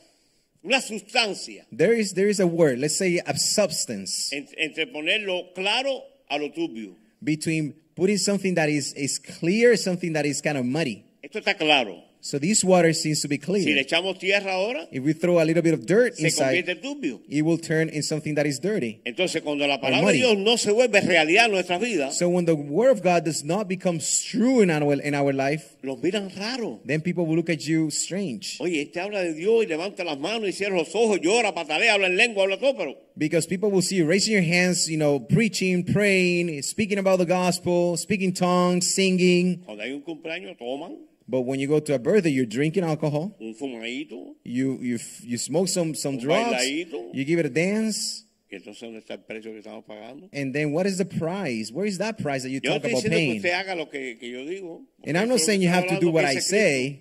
S2: Una sustancia
S3: There is, there is a word, let's say a substance,
S2: en- entre ponerlo claro a lo turbio.
S3: between putting something that is, is clear, something that is kind of muddy.
S2: Esto está claro.
S3: So this water seems to be
S2: Si le
S3: clear.
S2: echamos tierra ahora,
S3: If we throw a little bit of dirt
S2: se convierte
S3: inside,
S2: en turbio.
S3: it will turn in something that is dirty.
S2: Entonces, cuando la palabra de
S3: muddy.
S2: Dios no se vuelve realidad en nuestras vidas,
S3: So when the word of God does not become true in our, in our life,
S2: los miran raro.
S3: then people will look at you strange.
S2: Oye, este habla de Dios y levanta las manos y cierra los ojos, llora, patalea, habla en lengua, habla todo, pero
S3: Because people will see you raising your hands, you know, preaching, praying, speaking about the gospel, speaking tongues, singing.
S2: cuando hay un cumpleaños toman
S3: But when you go to a birthday, you're drinking alcohol,
S2: un fumadito
S3: you you f- you smoke some some
S2: Un
S3: drugs,
S2: bailadito.
S3: you give it a dance,
S2: y entonces ¿dónde está el precio que estamos pagando?
S3: and then what is the price? Where is that price that you
S2: Yo no
S3: talk
S2: estoy diciendo
S3: about
S2: que
S3: paying?
S2: usted haga lo que, que yo digo. porque
S3: And I'm
S2: eso
S3: not
S2: es lo
S3: saying
S2: que
S3: you
S2: está
S3: have to
S2: hablando
S3: do what
S2: que
S3: I
S2: dice
S3: say,
S2: Cristo.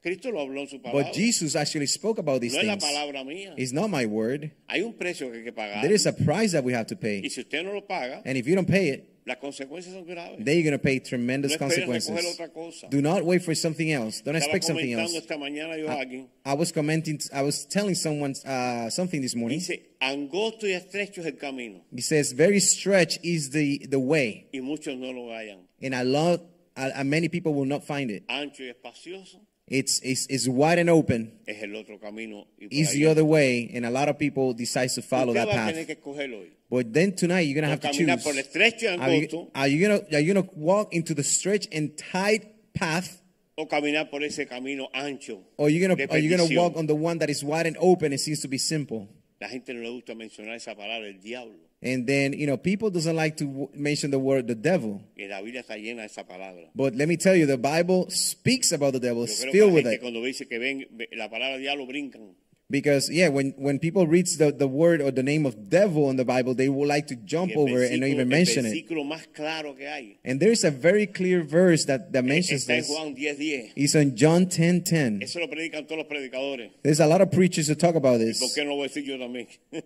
S2: Cristo lo habló en su palabra.
S3: but Jesus actually spoke about these
S2: no es la
S3: things.
S2: palabra mía.
S3: It's not my word.
S2: Hay un precio que hay que pagar.
S3: There is a price that we have to
S2: y
S3: pay,
S2: si usted no lo paga,
S3: and if you don't pay it,
S2: las consecuencias son graves.
S3: then you're gonna pay
S2: no
S3: tremendous
S2: esperes recoger
S3: consequences.
S2: otra cosa.
S3: Do not wait for something else. Don't
S2: Estaba
S3: expect something
S2: comentando
S3: else. Ah, ¿eh?
S2: esta mañana yo a alguien.
S3: I was commenting, I was telling someone uh, something this morning.
S2: Dice, angosto y estrecho es el camino
S3: He says, very stretch is the, the way,
S2: y muchos no lo hallan.
S3: and I love, I, I- many people will not find it.
S2: Ancho y espacioso
S3: It's, it's, it's wide and open,
S2: es el otro camino. Y por
S3: is
S2: ahí
S3: the other way, and a lot of people decide to follow
S2: usted
S3: that
S2: va a tener que
S3: path.
S2: escoger hoy.
S3: But then tonight, you're going to
S2: O
S3: have to
S2: caminar por el
S3: choose.
S2: estrecho y
S3: Are
S2: angosto
S3: you, are you going to are you gonna walk into the stretch and tight path,
S2: o caminar por ese camino ancho.
S3: or you're going
S2: de
S3: to are you going to
S2: perdición?
S3: walk on the one that is wide and open and seems to be simple?
S2: La gente no le gusta mencionar esa palabra, el diablo.
S3: And then, you know, people doesn't like to w- mention the word the devil.
S2: Y la Biblia está llena de esa palabra.
S3: But let me tell you, the Bible speaks about the devil.
S2: Yo
S3: It's
S2: creo que la
S3: filled with
S2: gente
S3: it.
S2: cuando dice que ven ve- la palabra diablo brincan.
S3: Because, yeah, when, when people reads the, the word or the name of devil in the Bible, they will like to
S2: Y
S3: jump
S2: el
S3: over it and not
S2: versículo-
S3: even mention
S2: el
S3: it.
S2: versículo más claro que hay
S3: And there's a very clear verse that, that mentions
S2: E, está en
S3: this.
S2: Juan 10.10.
S3: It's on John 10.10.
S2: Eso lo predican todos los predicadores.
S3: There's a lot of preachers that talk about this.
S2: ¿Por qué no lo voy a decir yo también?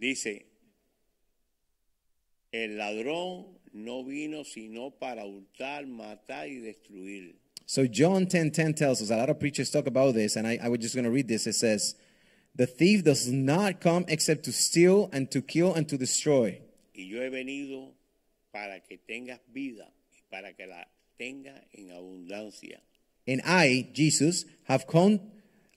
S2: Dice, el ladrón no vino sino para hurtar, matar y destruir.
S3: So John 10:10 tells us a lot of preachers talk about this, and I, I was just going to read this. It says, "The thief does not come except to steal and to kill and to destroy.
S2: Y yo he venido para que tengas vida y para que la tengas en abundancia.
S3: And I, Jesus, have come,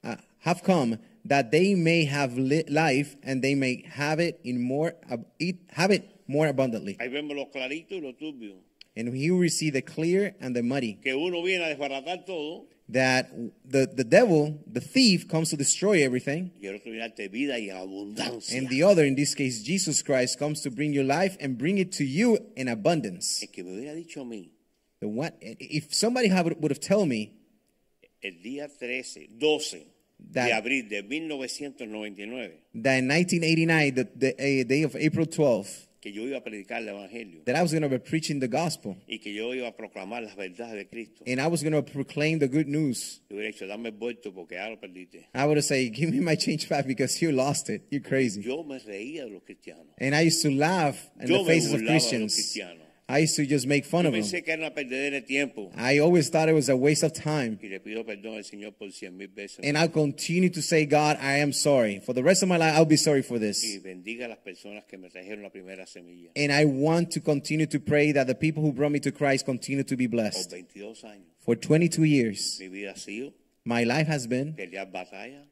S3: uh, have come that they may have li- life and they may have it in more ab- eat, have it more abundantly."
S2: Ahí vemos lo clarito y lo turbio.
S3: And he will see the clear and the muddy.
S2: Que uno viene a desbaratar todo
S3: That the the devil, the thief, comes to destroy everything.
S2: y el otro viene a darte vida y abundancia.
S3: And the other, in this case, Jesus Christ, comes to bring you life and bring it to you in abundance.
S2: El que me hubiera dicho a mí,
S3: The one, if somebody have, would have told me
S2: el día 13, 12 de
S3: That-
S2: abril de 1999,
S3: that in 1989, the, the eh, day of April 12th,
S2: que yo iba a predicar el Evangelio
S3: that I was going to be preaching the gospel
S2: y que yo iba a proclamar las verdades de Cristo,
S3: and I was going to proclaim the good news,
S2: yo hubiera dicho, dame el vuelto porque ya lo perdiste.
S3: I would have said, "Give me my change back because you lost it. You're crazy."
S2: Yo me reía de los cristianos.
S3: And I used to laugh in
S2: Yo
S3: the
S2: me
S3: faces of
S2: burlaba de los
S3: Christians.
S2: cristianos.
S3: I used to just make fun
S2: Yo
S3: of him.
S2: pensé que era una perdedera de tiempo.
S3: I always thought it was a waste of time.
S2: Y le pido perdón al Señor por cien mil veces.
S3: And I'll continue to say, God, I am sorry. For the rest of my life, I'll be sorry for
S2: Y
S3: this.
S2: bendiga a las personas que me trajeron la primera semilla.
S3: And I want to continue to pray that the people who brought me to Christ continue to be
S2: Por
S3: blessed.
S2: 22 años,
S3: For 22 years,
S2: mi vida ha sido
S3: my life has been
S2: pelear batalla,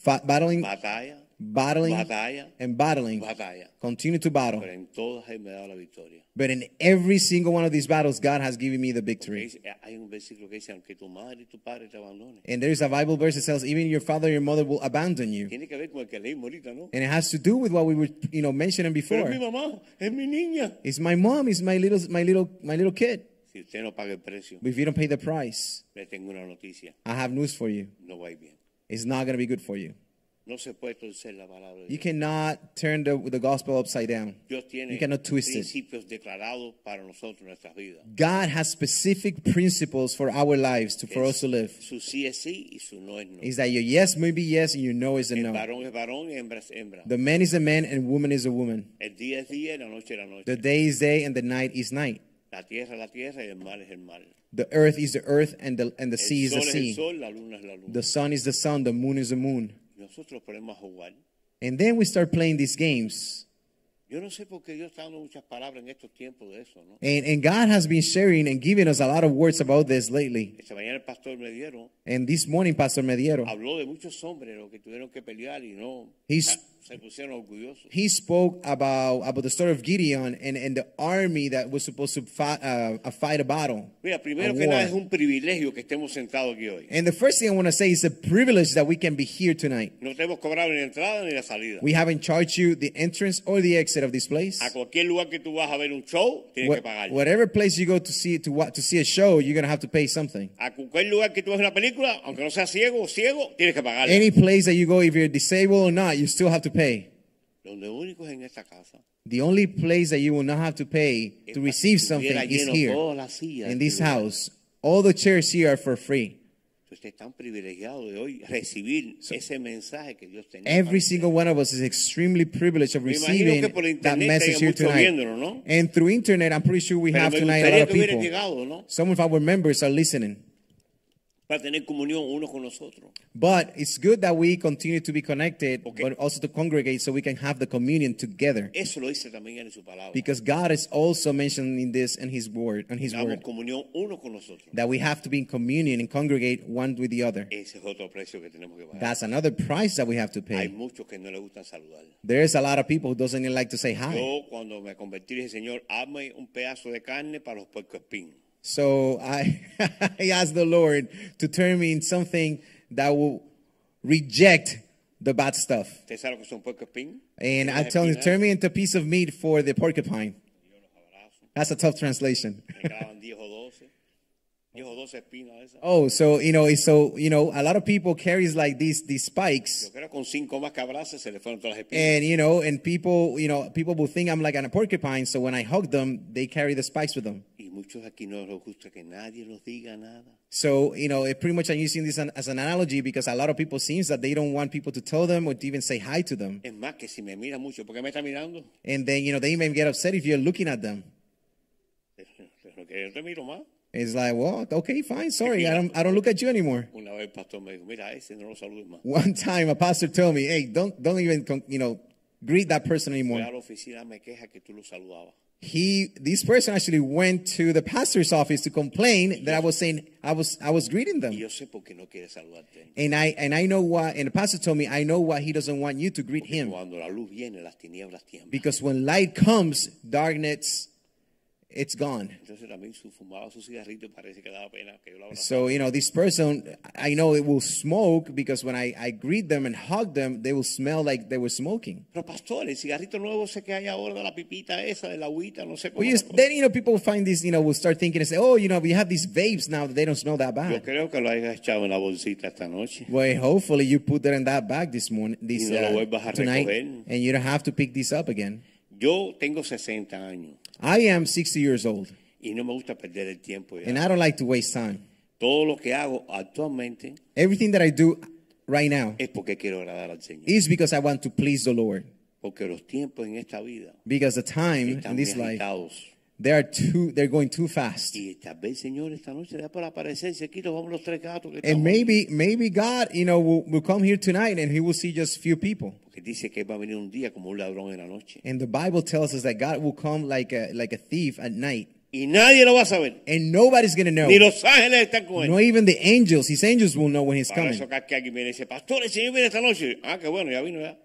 S3: fa- battling,
S2: batalla,
S3: battling,
S2: batalla,
S3: and battling.
S2: batalla.
S3: Continue to battle.
S2: Pero en todas Él me ha dado la victoria.
S3: But in every single one of these battles, God has given me the victory.
S2: Dice- Hay un versículo que dice, aunque tu madre y tu padre te abandonen.
S3: And there's a Bible verse that says, even your father and your mother will abandon you.
S2: Tiene que ver con el que leímos ahorita, ¿no?
S3: And it has to do with what we were, you know, mentioning
S2: Pero es
S3: before.
S2: mi mamá, es mi niña.
S3: It's my mom, it's my little, my little, my little kid.
S2: Si usted no paga el precio,
S3: But if you don't pay the price,
S2: le tengo una noticia,
S3: I have news for you.
S2: no va a ir bien.
S3: It's not going to be good for you.
S2: No se puede torcer la palabra de
S3: You
S2: Dios.
S3: cannot turn the, the gospel upside down.
S2: Dios tiene
S3: you cannot twist it.
S2: principios declarados para nosotros en nuestras vidas.
S3: God has specific principles for our lives to, for us to live.
S2: Su sí es sí y su no es no.
S3: Is that your yes may be yes and your no is a
S2: El
S3: no.
S2: varón es varón y hembra es hembra.
S3: The man is a man and woman is a woman.
S2: El día es día y la noche es la
S3: The
S2: noche.
S3: day is day and the night is night.
S2: La tierra es la tierra y el mar es el mar.
S3: The earth is the earth and the, and the
S2: El
S3: sea is the
S2: sol es el
S3: sea.
S2: sol, la luna es la luna.
S3: The sun is the sun, the moon is the moon.
S2: Nosotros podemos jugar.
S3: And then we start playing these games.
S2: Yo no sé por qué Dios está dando muchas palabras en estos tiempos de eso, ¿no?
S3: And, and God has been sharing and giving us a lot of words about this lately.
S2: Esta mañana el pastor me dieron
S3: And this morning, Pastor Mediero,
S2: habló de muchos hombres los que tuvieron que pelear y no
S3: He's-
S2: se pusieron orgullosos.
S3: he spoke about, about the story of Gideon and, and the army that was supposed to fight, uh, uh, fight a battle.
S2: Mira,
S3: a
S2: primero que
S3: war.
S2: nada es un privilegio que estemos sentados aquí hoy.
S3: And the first thing I want to say is a privilege that we can be here tonight.
S2: No te hemos cobrado ni la entrada ni la salida.
S3: We haven't charged you the entrance or the exit of this place.
S2: A cualquier lugar que tú vas a ver un show, tienes Ah, que
S3: What-
S2: pagar.
S3: whatever place you go to see to wa- to see a show, you're gonna have to pay something.
S2: A cualquier lugar que tú ves una película, aunque no seas ciego o ciego, tienes que pagar.
S3: Any place that you go, if you're disabled or not, you still have to pay.
S2: Donde único es en esta casa.
S3: The only place that you will not have to pay to receive something
S2: Estuviera
S3: is
S2: lleno
S3: here
S2: todas las sillas,
S3: in this
S2: estuviera.
S3: house. All the chairs here are for free.
S2: Usted es tan privilegiado de hoy recibir ese mensaje que Dios tenía. para
S3: Every
S2: usted.
S3: single one of us is extremely privileged of
S2: Me imagino
S3: receiving
S2: que por
S3: that
S2: internet
S3: message
S2: haya
S3: here
S2: mucho
S3: tonight.
S2: viéndolo, ¿no?
S3: And through internet, I'm pretty sure we
S2: Pero
S3: have
S2: me
S3: tonight a lot
S2: gustaría
S3: of
S2: que hubiera
S3: people.
S2: llegado, ¿no?
S3: Some of our members are listening.
S2: Para tener comunión uno con nosotros.
S3: But it's good that we continue to be connected,
S2: Okay.
S3: but also to congregate so we can have the communion together.
S2: Eso lo dice también en su palabra.
S3: Because God is also mentioning this in His word, in His
S2: Damos
S3: word,
S2: comunión uno con nosotros.
S3: that we have to be in communion and congregate one with the other.
S2: Ese es otro precio que tenemos que pagar.
S3: That's another price that we have to
S2: Hay
S3: pay.
S2: muchos que no les gustan saludar.
S3: There's a lot of people who doesn't even like to say hi.
S2: Yo cuando me convertí dije, Señor, hazme un pedazo de carne para los puercoespín.
S3: So I, I asked the Lord to turn me in something that will reject the bad stuff.
S2: ¿Usted sabe lo que son puercoespín?
S3: And I
S2: Unas
S3: tell him,
S2: espinas,
S3: turn me into a piece of meat for the porcupine. That's a tough translation.
S2: Me quedaban 10 o 12. 10 o 12 espinas de esas.
S3: Oh, so you know, so you know, a lot of people carries like these these spikes,
S2: Yo creo que con cinco más que abrace se le fueron todas las espinas.
S3: and you know, and people, you know, people will think I'm like a porcupine. So when I hug them, they carry the spikes with them.
S2: y muchos aquí no nos gusta que nadie nos diga nada.
S3: So you know, it pretty much I'm using this an- as an analogy because a lot of people seems that they don't want people to tell them or to even say hi to them,
S2: Es más que si me mira mucho, ¿por qué me está mirando?
S3: and then you know they even get upset if you're looking at them.
S2: Pero que yo te miro más.
S3: It's like, well, okay, fine, sorry, I don't, I don't look at you anymore.
S2: Una vez el pastor me dijo, mira, a ese no lo saludes más.
S3: One time, a pastor told me, hey, don't, don't even, con- you know, greet that person
S2: Voy a
S3: anymore.
S2: la oficina, me queja que tú lo saludabas.
S3: he this person actually went to the pastor's office to complain that I was saying I was I was greeting
S2: Y
S3: them.
S2: yo sé por qué no quiere saludarte.
S3: And I and I know why and the pastor told me I know why he doesn't want you to greet him.
S2: Cuando la luz viene, las tinieblas tiemblan.
S3: Because when light comes, darkness it's gone.
S2: Entonces también su fumaba su cigarrito y parece que daba pena que yo lo abrazara.
S3: So you know this person I know it will smoke because when I, I greet them and hug them, they will smell like they were smoking.
S2: Pero pastor, el cigarrito nuevo sé que hay ahora, la pipita esa, de la agüita, no sé cómo.
S3: Well, you, then you know people find this, you know, will start thinking and say, Oh, you know, we have these vapes now that they don't smell
S2: Yo
S3: that bad.
S2: creo que lo hayas echado en la bolsita esta noche.
S3: Well, hopefully you put that in that bag this morning, this
S2: Y no lo
S3: uh,
S2: vuelvas a
S3: tonight,
S2: recoger.
S3: and you don't have to pick this up again.
S2: Yo tengo 60 años
S3: I am 60 years old,
S2: y no me gusta perder el tiempo. ya.
S3: and I don't like to waste time.
S2: Todo lo que hago actualmente
S3: Everything that I do right now
S2: es porque quiero agradar al Señor.
S3: is because I want to please the Lord.
S2: Porque los tiempos en esta vida
S3: Because the time in
S2: están muy
S3: this life
S2: agitados.
S3: They are too, they're going too fast.
S2: Y tal vez, Señor, esta noche da para aparecerse aquí, nos vamos los tres gatos que
S3: And
S2: estamos.
S3: maybe, maybe God, you know, will, will come here tonight and he will see just few people.
S2: Porque dice que va a venir un día como un ladrón en la noche.
S3: And the Bible tells us that God will come like a, like a thief at night.
S2: Y nadie lo va a saber.
S3: And nobody's going to know.
S2: Ni los ángeles están con él.
S3: Not even the angels. His angels will know when he's
S2: Para eso
S3: coming.
S2: que aquí alguien viene y dice, pastor, el Señor viene esta noche. Ah, qué bueno, ya vino ya.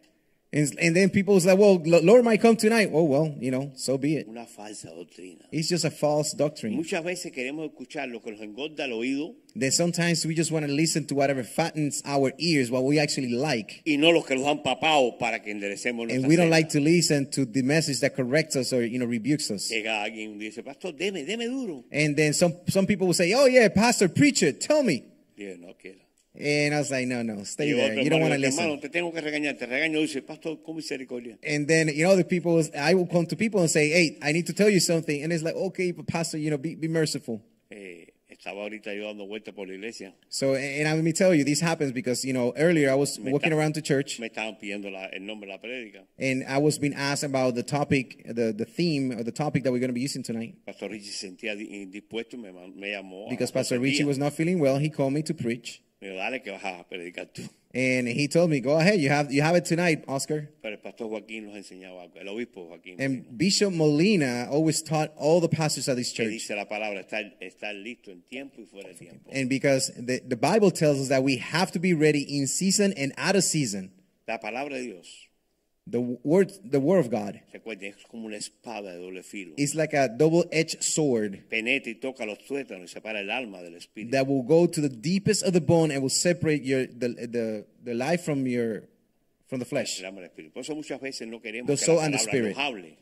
S3: And, and then people say, well, Lo- Lord might come tonight. Oh, well, you know, so be it.
S2: Una falsa doctrina.
S3: It's just a false doctrine.
S2: Muchas veces queremos escuchar lo que nos engorda el oído
S3: That sometimes we just want to listen to whatever fattens our ears, what we actually like.
S2: y no los que nos han papado para que enderecemos
S3: And
S2: nuestra
S3: we don't
S2: senda.
S3: like to listen to the message that corrects us or, you know, rebukes us.
S2: Llega alguien y dice, pastor, deme, deme duro.
S3: And then some, some people will say, oh, yeah, pastor, preach it. Tell me.
S2: Digo, no quiero.
S3: And I was like, no, no,
S2: Y
S3: stay there.
S2: otro
S3: You don't
S2: hermano,
S3: want to
S2: dice, hermano, te
S3: listen.
S2: tengo que regañar. Te regaño. Dice, pastor, con misericordia.
S3: And then, you know, the people, I will come to people and say, hey, I need to tell you something. And it's like, okay, but pastor, you know, be, be merciful.
S2: Eh, estaba ahorita yo dando vueltas por la iglesia.
S3: So, and I, let me tell you, this happens because, you know, earlier I was walking around the church
S2: Me estaban pidiendo la- el nombre de la prédica.
S3: and I was being asked about the topic, the, the theme or the topic that we're going to be using tonight.
S2: Pastor Richie se sentía di- indispuesto y me, man- me llamó. a
S3: Because
S2: los
S3: Pastor
S2: tres
S3: Richie
S2: días.
S3: was not feeling well, he called me to preach.
S2: Me dijo, dale que vas a predicar tú.
S3: And he told me, go ahead, you have, you have it tonight, Oscar.
S2: Pero el pastor Joaquín nos enseñaba algo. El obispo Joaquín.
S3: And Bishop Molina always taught all the pastors at this
S2: que
S3: church.
S2: dice la palabra, estar, estar listo en tiempo y fuera de tiempo.
S3: And because the, the Bible tells us that we have to be ready in season and out of season.
S2: La palabra de Dios,
S3: The word, the word of God
S2: recuerden, es como una espada de doble filo.
S3: is like a double-edged sword
S2: Penetra y toca los tuétanos y separa el alma del espíritu.
S3: that will go to the deepest of the bone and will separate your the the, the life from your from the flesh.
S2: El alma del espíritu. Por eso muchas veces no queremos
S3: The
S2: que
S3: soul
S2: la
S3: and the
S2: palabra
S3: spirit.
S2: nos hable.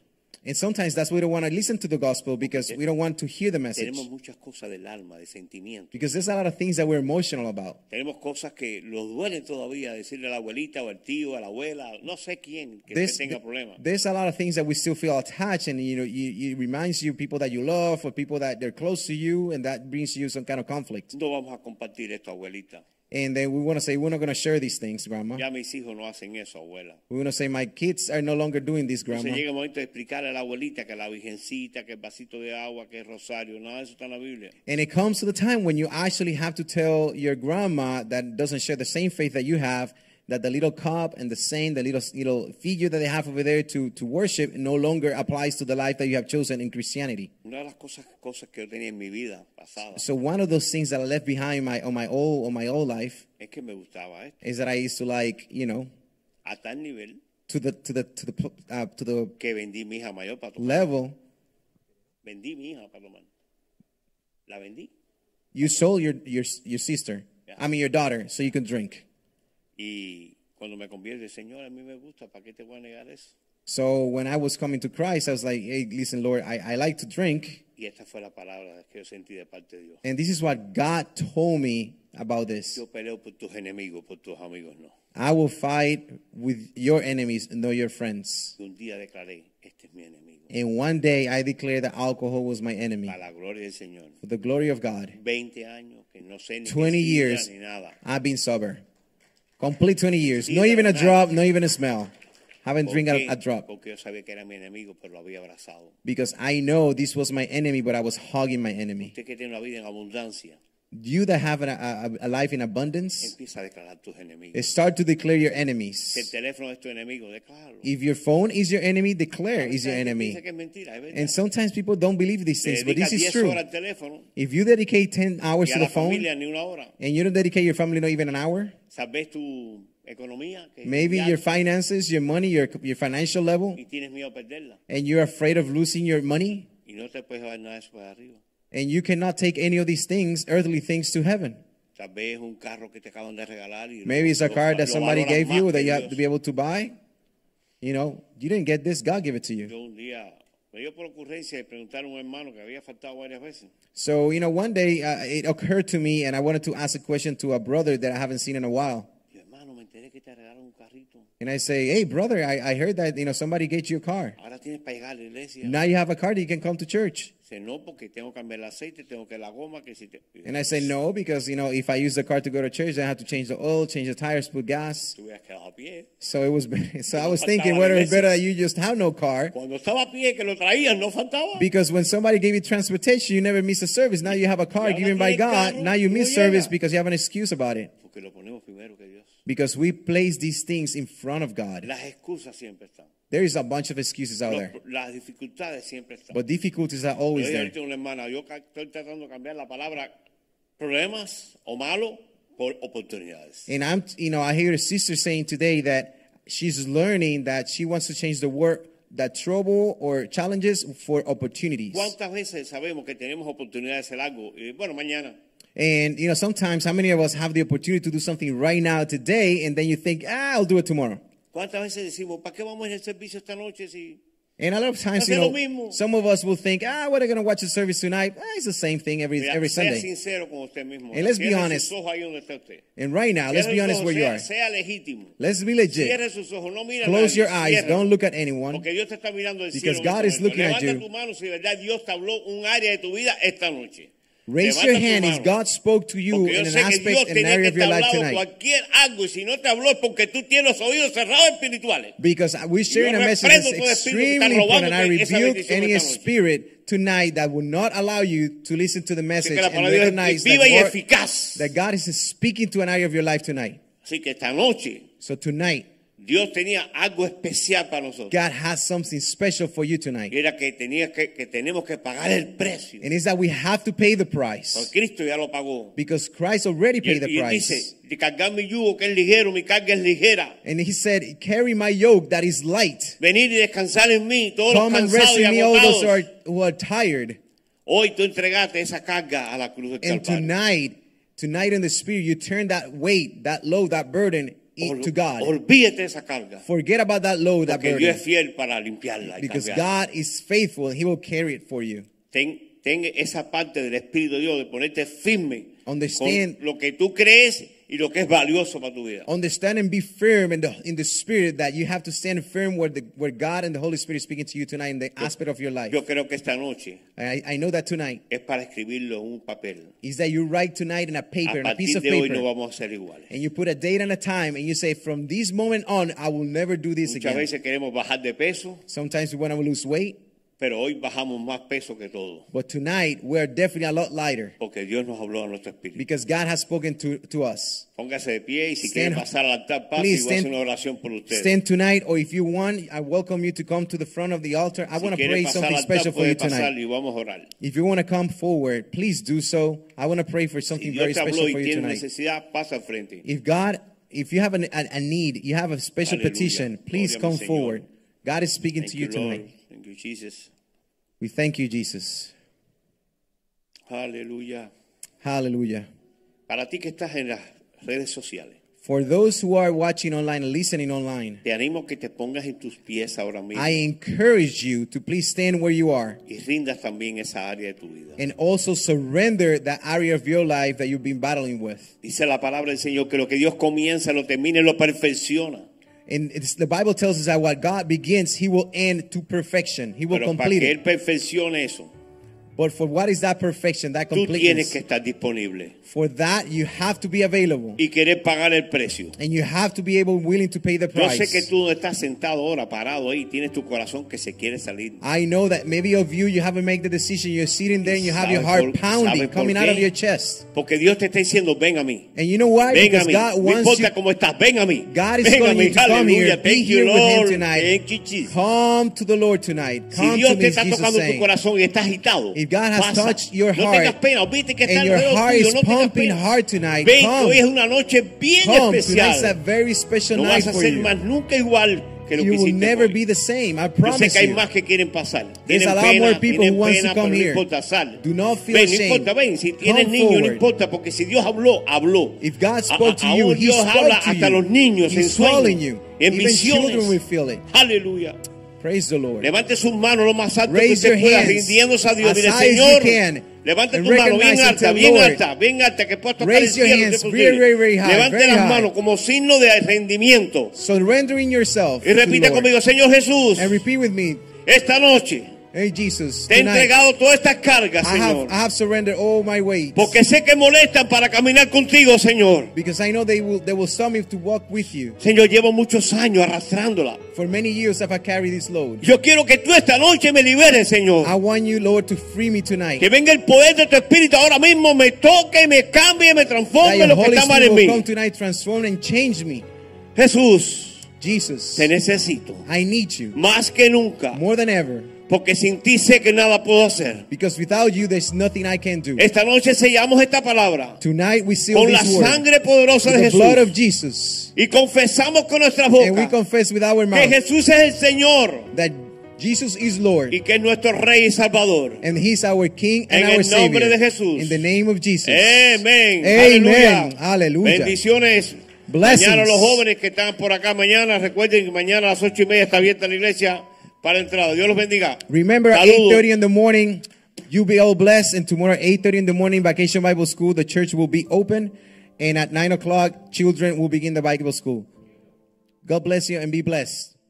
S3: And sometimes that's why we don't want to listen to the gospel because we don't want to hear the message.
S2: Tenemos muchas cosas del alma, de sentimiento.
S3: Because there's a lot of things that we're emotional about.
S2: Tenemos cosas que nos duelen todavía decirle a la abuelita o al tío, a la abuela, no sé quién que
S3: There's,
S2: tenga problemas.
S3: there's a lot of things that we still feel attached and you know you, it reminds you people that you love or people that they're close to you and that brings you some kind of conflict.
S2: No vamos a compartir esto, abuelita.
S3: And then we want to say we're not going to share these things, grandma.
S2: Ya mis hijos no hacen eso, abuela.
S3: We want to say my kids are no longer doing this,
S2: Entonces
S3: grandma.
S2: llega el momento de explicarle a la abuelita que la virgencita, que el vasito de agua, que el rosario, nada de eso está en la Biblia.
S3: And it comes to the time when you actually have to tell your grandma that doesn't share the same faith that you have that the little cup and the saint, the little little figure that they have over there to to worship no longer applies to the life that you have chosen in Christianity.
S2: Una de las cosas, cosas que yo tenía en mi vida pasada
S3: So one of those things that I left behind my on my old on my old life
S2: es que me gustaba esto.
S3: is that I used to like you know
S2: A tal nivel
S3: to the to the to the pl- uh, to the
S2: que vendí mi hija mayor para tomar.
S3: level
S2: Vendí mi hija para tomar. La vendí.
S3: you sold your your your sister, I mean your daughter, so you could drink.
S2: Y cuando me convierte, Señor, a mí me gusta, ¿para qué te voy a negar eso?
S3: So when I was coming to Christ, I was like, hey, listen, Lord, I, I like to drink.
S2: Y esta fue la palabra que yo sentí de parte de Dios.
S3: And this is what God told me about this.
S2: Yo peleo por tus enemigos, por tus amigos, no.
S3: I will fight with your enemies and not your friends.
S2: Y un día declaré, este es mi enemigo.
S3: And one day I declared that alcohol was my enemy
S2: A la gloria del Señor.
S3: for the glory of God.
S2: 20 años que no sé ni qué
S3: 20
S2: significa
S3: years
S2: ni nada.
S3: I've been sober. Complete 20 years.
S2: Sí,
S3: Not even a
S2: verdad.
S3: drop, not even a smell. Haven't
S2: ¿Por
S3: drink a,
S2: qué?
S3: a drop
S2: Porque yo sabía que era mi enemigo, pero lo había abrazado.
S3: because I know this was my enemy, but I was hugging my enemy.
S2: Usted que tiene una vida en abundancia,
S3: You that have an, a, a- a life in abundance,
S2: empieza a declarar tus enemigos.
S3: start to declare your
S2: Si el
S3: enemies.
S2: teléfono es tu enemigo, decláralo.
S3: If your phone is your enemy, declare is your
S2: Dice
S3: enemy.
S2: que es mentira, es verdad.
S3: And sometimes people don't believe these
S2: Te
S3: things, but this
S2: dedicas 10
S3: is true.
S2: horas al teléfono
S3: If you dedicate 10 hours
S2: y a
S3: to
S2: la
S3: the phone
S2: familia ni una hora.
S3: and you don't dedicate your family not even an hour,
S2: Sabes tu economía que
S3: maybe
S2: ya-
S3: your finances, your money, your, your financial level,
S2: y tienes miedo a perderla
S3: and you're afraid of losing your money,
S2: y no te puedes llevar nada de eso para arriba.
S3: And you cannot take any of these things, earthly things, to heaven.
S2: Tal vez es un carro que te acaban de regalar y lo-
S3: Maybe it's a
S2: lo-
S3: car that
S2: lo
S3: somebody
S2: valoras
S3: gave
S2: más
S3: you
S2: que
S3: that you have
S2: Dios.
S3: to be able to buy. You know, you didn't get this, God gave it to you.
S2: Yo un día me dio por ocurrencia de preguntar a un hermano que había faltado varias veces.
S3: So, you know, one day uh, it occurred to me and I wanted to ask a question to a brother that I haven't seen in a while.
S2: Y yo, hermano, me enteré que te regalaron un carrito.
S3: And I say, hey, brother, I, I heard that you know somebody gave you a car.
S2: Ahora tienes para llegar a la iglesia.
S3: Now you have a car that you can come to church.
S2: Dice, no, porque tengo que cambiar el aceite, tengo que la goma, que si te...
S3: And I say, no, because you know if I use the car to go to church, then I have to change the oil, change the tires, put gas.
S2: Te hubieras quedado a pie.
S3: So it was. So I was thinking whether it's better that you just have no car,
S2: Cuando estaba a pie, que lo traían, no faltaba.
S3: because when somebody gave you transportation, you never miss a service. Now you have a car given by God. Now you miss service because you have an excuse about it.
S2: Porque lo ponemos primero que Dios.
S3: Because we place these things in front of God.
S2: Las excusas siempre están.
S3: There is a bunch of excuses out
S2: Los-
S3: there,
S2: las dificultades siempre están.
S3: but difficulties are
S2: Yo
S3: always
S2: dije
S3: there.
S2: ahorita a una hermana, yo ca- estoy tratando de cambiar la palabra problemas o malo por oportunidades.
S3: And I'm, you know, I hear a sister saying today that she's learning that she wants to change the word that trouble or challenges for opportunities.
S2: ¿Cuántas veces sabemos que tenemos oportunidad de hacer algo? Y, bueno, mañana.
S3: And you know, sometimes how many of us have the opportunity to do something right now today, and then you think, ah, I'll do it tomorrow.
S2: ¿Cuántas veces decimos, ¿para qué vamos en el servicio esta noche si
S3: And a lot of times, you
S2: Hace lo
S3: know,
S2: mismo.
S3: some of us will think, ah, what are going to watch the service tonight? Ah, it's the same thing every
S2: Mira,
S3: every
S2: sea
S3: Sunday.
S2: sincero con usted mismo.
S3: And let's be
S2: Cierre
S3: honest.
S2: sus ojos ahí donde está usted.
S3: And right now, let's
S2: Cierre
S3: be
S2: sus
S3: honest
S2: ojos,
S3: where you
S2: sea,
S3: are.
S2: Sea legítimo.
S3: Let's be legit.
S2: Cierre sus ojos, no mira a
S3: Close
S2: nadie,
S3: your eyes.
S2: cierra.
S3: Don't look at anyone.
S2: Porque Dios te está mirando del
S3: Because
S2: cielo. en
S3: God
S2: este
S3: is
S2: momento.
S3: looking
S2: Levanta
S3: at you.
S2: tu mano si de verdad Dios te habló un área de tu vida esta noche.
S3: Raise
S2: Levanta
S3: your
S2: tu
S3: hand if
S2: mano.
S3: God spoke to you
S2: Porque yo
S3: in
S2: sé
S3: an
S2: que Dios
S3: aspect, an
S2: tenía
S3: area
S2: que
S3: of
S2: te
S3: your
S2: ha
S3: life
S2: hablado
S3: tonight.
S2: cualquier algo y si no te habló es porque tú tienes los oídos cerrados espirituales.
S3: Because we're sharing a
S2: Yo
S3: message
S2: reprendo
S3: that's
S2: todo espíritu que está
S3: extremely important, and I
S2: robándote esa
S3: rebuke
S2: bendición
S3: any
S2: esta noche.
S3: spirit tonight that will not allow you to listen to the
S2: Así
S3: message
S2: que la
S3: and
S2: palabra de Dios es
S3: recognize
S2: viva y
S3: that God,
S2: eficaz.
S3: that God is speaking to an area of your life tonight.
S2: Así que esta noche
S3: So tonight,
S2: Dios tenía algo especial para nosotros.
S3: God has something special for you
S2: Y
S3: tonight.
S2: era que, tenía que, que tenemos que pagar el precio.
S3: And it's that we have to pay the
S2: Porque
S3: price.
S2: Cristo ya lo pagó.
S3: Because Christ already
S2: Y,
S3: paid the
S2: y él
S3: price.
S2: dice, de cargar mi yugo que es ligero, mi carga es ligera.
S3: And he said, carry my yoke that is light.
S2: Venir y descansar en mí, todos
S3: Come
S2: los
S3: and rest
S2: cansados y
S3: in me, all
S2: agotados.
S3: those who are, who are tired.
S2: Hoy tú entregaste esa carga a la cruz del
S3: And
S2: Calvario.
S3: tonight, tonight in the spirit, you turn that weight, that load, that burden in-
S2: Ol-
S3: to God.
S2: Olvídate de esa carga.
S3: Forget about that load, that
S2: Porque Dios
S3: burden.
S2: es fiel para limpiarla. y
S3: Because
S2: cambiarla.
S3: God is faithful and he will carry it for you.
S2: Ten, ten esa parte del Espíritu de Dios de ponerte firme
S3: Understand-
S2: con lo que tú crees y lo que es valioso para tu vida.
S3: Understand and be firm in the in the spirit that you have to stand firm where the where God and the Holy Spirit is speaking to you tonight in the aspect of your life.
S2: Yo creo que esta noche
S3: I, I know that tonight
S2: es para escribirlo en un papel.
S3: is that you write tonight in a paper,
S2: A
S3: in a piece
S2: partir
S3: of
S2: de hoy
S3: paper,
S2: no vamos a ser iguales.
S3: and you put a date and a time, and you say, from this moment on, I will never do this
S2: Muchas
S3: again.
S2: veces queremos bajar de peso,
S3: Sometimes we want to lose weight,
S2: pero hoy bajamos más peso que todo.
S3: but tonight we are definitely a lot lighter
S2: Porque Dios nos habló a nuestro espíritu.
S3: because God has spoken to, to us.
S2: Póngase de pie y si
S3: Stand-
S2: quiere pasar al altar, pase y
S3: Please
S2: voy a hacer
S3: stand-
S2: una oración por ustedes.
S3: Stand tonight, or if you want, I welcome you to come to the front of the altar. I
S2: si
S3: want to
S2: quiere
S3: pray
S2: pasar al
S3: something
S2: altar,
S3: special for you
S2: puede
S3: tonight.
S2: pasar y vamos a orar.
S3: If you want to come forward, please do so. I want to pray for
S2: Si
S3: something very
S2: Dios te
S3: special
S2: habló y
S3: for you
S2: tiene
S3: tonight.
S2: necesidad, pasa al frente.
S3: If God, if you have an, a, a need, you have a special
S2: Aleluya.
S3: petition,
S2: Gloria
S3: please
S2: a mi
S3: come
S2: Señor.
S3: forward. God is speaking
S2: Thank
S3: to you
S2: you, Lord.
S3: tonight.
S2: Thank you, Jesus.
S3: We thank you, Jesus.
S2: Aleluya.
S3: Hallelujah.
S2: Para ti que estás en las redes sociales,
S3: For those who are watching online and listening online,
S2: te animo a que te pongas en tus pies ahora mismo
S3: I encourage you to please stand where you are
S2: y rindas también esa área de tu vida.
S3: and also surrender that area of your life that you've been battling with.
S2: Dice la palabra del Señor que lo que Dios comienza, lo termina y lo perfecciona.
S3: And it's, the Bible tells us that what God begins, He will end to perfection. He will
S2: Pero para
S3: complete
S2: que
S3: it.
S2: Él perfeccione eso,
S3: But for what is that perfection, that
S2: tú tienes
S3: completeness?
S2: que estar disponible
S3: For that, you have to be available.
S2: y querer pagar el precio.
S3: And you have to be able, willing to pay the
S2: Yo
S3: price.
S2: sé que tú no estás sentado ahora, parado ahí, tienes tu corazón que se quiere salir.
S3: I know that maybe of you, you haven't made the decision. You're sitting there and you have your
S2: ¿Sabe
S3: heart
S2: por-
S3: pounding,
S2: sabe por
S3: coming out of
S2: qué?
S3: your chest.
S2: Porque Dios te está diciendo, ven a mí.
S3: And you know why?
S2: Ven a
S3: because
S2: mí.
S3: God
S2: No
S3: wants you.
S2: importa cómo estás, ven a mí.
S3: God is
S2: ven a
S3: calling
S2: mí.
S3: you to come here.
S2: Aleluya.
S3: Be
S2: Thank
S3: here
S2: you,
S3: with Him
S2: Lord.
S3: tonight.
S2: Thank you, Jesus.
S3: Come to the Lord tonight.
S2: Si
S3: Come
S2: Dios
S3: to
S2: te
S3: me,
S2: está
S3: Jesus
S2: tocando tu
S3: saying.
S2: corazón y estás agitado,
S3: If God has
S2: pasa.
S3: touched your
S2: no tengas
S3: heart
S2: pena, viste que está
S3: and your
S2: alrededor
S3: heart
S2: tuyo,
S3: is
S2: no tengas
S3: pumping
S2: pena.
S3: hard tonight.
S2: Ven,
S3: Come.
S2: hoy es una noche bien
S3: Come. Tonight's a
S2: especial.
S3: very special
S2: No
S3: night
S2: vas a
S3: for
S2: ser
S3: you.
S2: más nunca igual que lo
S3: You
S2: que
S3: will
S2: hiciste
S3: never
S2: hoy.
S3: be the same.
S2: Yo
S3: I
S2: sé
S3: promise
S2: que hay
S3: you.
S2: más que quieren pasar.
S3: There's
S2: tienen
S3: a lot
S2: pena,
S3: more people
S2: tienen
S3: who wants
S2: pena,
S3: to come
S2: pero
S3: here.
S2: No importa, sal.
S3: Do not feel
S2: ven,
S3: ashamed.
S2: No importa, ven. Si tienes
S3: Come
S2: niños, no
S3: forward.
S2: importa, porque si Dios habló, habló.
S3: If God
S2: A-
S3: spoke to
S2: a-
S3: you,
S2: aún
S3: He
S2: Dios
S3: spoke
S2: habla
S3: to
S2: hasta
S3: you.
S2: los niños en
S3: He's calling
S2: sueños,
S3: you.
S2: en
S3: Even children will
S2: visiones.
S3: feel it.
S2: Aleluya.
S3: Praise the Lord.
S2: Levante sus manos lo más alto que
S3: Raise your
S2: usted pueda,
S3: hands
S2: rindiéndose a Dios.
S3: as
S2: Dile,
S3: high as
S2: Señor,
S3: you can.
S2: Levante
S3: And
S2: tu mano bien
S3: recognize
S2: alta,
S3: until
S2: bien
S3: Lord.
S2: alta, bien alta, que puedas tocar el
S3: Raise your
S2: cielo. si
S3: hands
S2: es posible.
S3: very, very high,
S2: Levante
S3: very
S2: las
S3: high.
S2: manos como signo de rendimiento.
S3: Surrendering yourself.
S2: Y
S3: to
S2: repite
S3: Lord.
S2: conmigo, Señor Jesús,
S3: And repeat with me,
S2: esta noche
S3: Hey Jesus,
S2: te he
S3: tonight,
S2: entregado todas estas cargas,
S3: I
S2: Señor.
S3: have, I have surrendered all my weight.
S2: Porque sé que molestan para caminar contigo, Señor.
S3: Because I know they will they will stop me to walk with you.
S2: Señor, llevo muchos años arrastrándola.
S3: For many years have I carried this load.
S2: Yo quiero que tú esta noche me liberes, Señor.
S3: I want you, Lord, to free me tonight.
S2: Que venga el poder de tu espíritu ahora mismo, me toque, me cambie, me
S3: That
S2: transforme
S3: your
S2: lo que
S3: Holy
S2: está mal en
S3: Spirit
S2: mí.
S3: will come tonight, transform and change me.
S2: Jesús,
S3: Jesus,
S2: te necesito
S3: I need you
S2: más que nunca,
S3: more than ever.
S2: porque sin ti sé que nada puedo hacer.
S3: Because without you, there's nothing I can do.
S2: Esta noche sellamos esta palabra
S3: Tonight we seal
S2: con la
S3: this word
S2: sangre poderosa
S3: with
S2: de
S3: the blood of
S2: Jesús
S3: Jesus.
S2: y confesamos con nuestra
S3: And we
S2: boca
S3: confess with our
S2: que
S3: mouth
S2: Jesús es el Señor
S3: that Jesus is Lord
S2: y que es nuestro Rey y Salvador.
S3: and He's our King
S2: En
S3: and our
S2: el nombre
S3: Savior.
S2: de Jesús.
S3: In the name of Jesus.
S2: Amén.
S3: Amen.
S2: Aleluya.
S3: Aleluya.
S2: Bendiciones.
S3: Blessings.
S2: Mañana los jóvenes que están por acá mañana, recuerden que mañana a las ocho y media está abierta la iglesia para entrada. Dios los bendiga.
S3: Remember at
S2: Saludos.
S3: 8.30 in the morning, you'll be all blessed. And tomorrow at 8.30 in the morning, Vacation Bible School, the church will be open. And at 9 o'clock, children will begin the Bible School. God bless you and be blessed.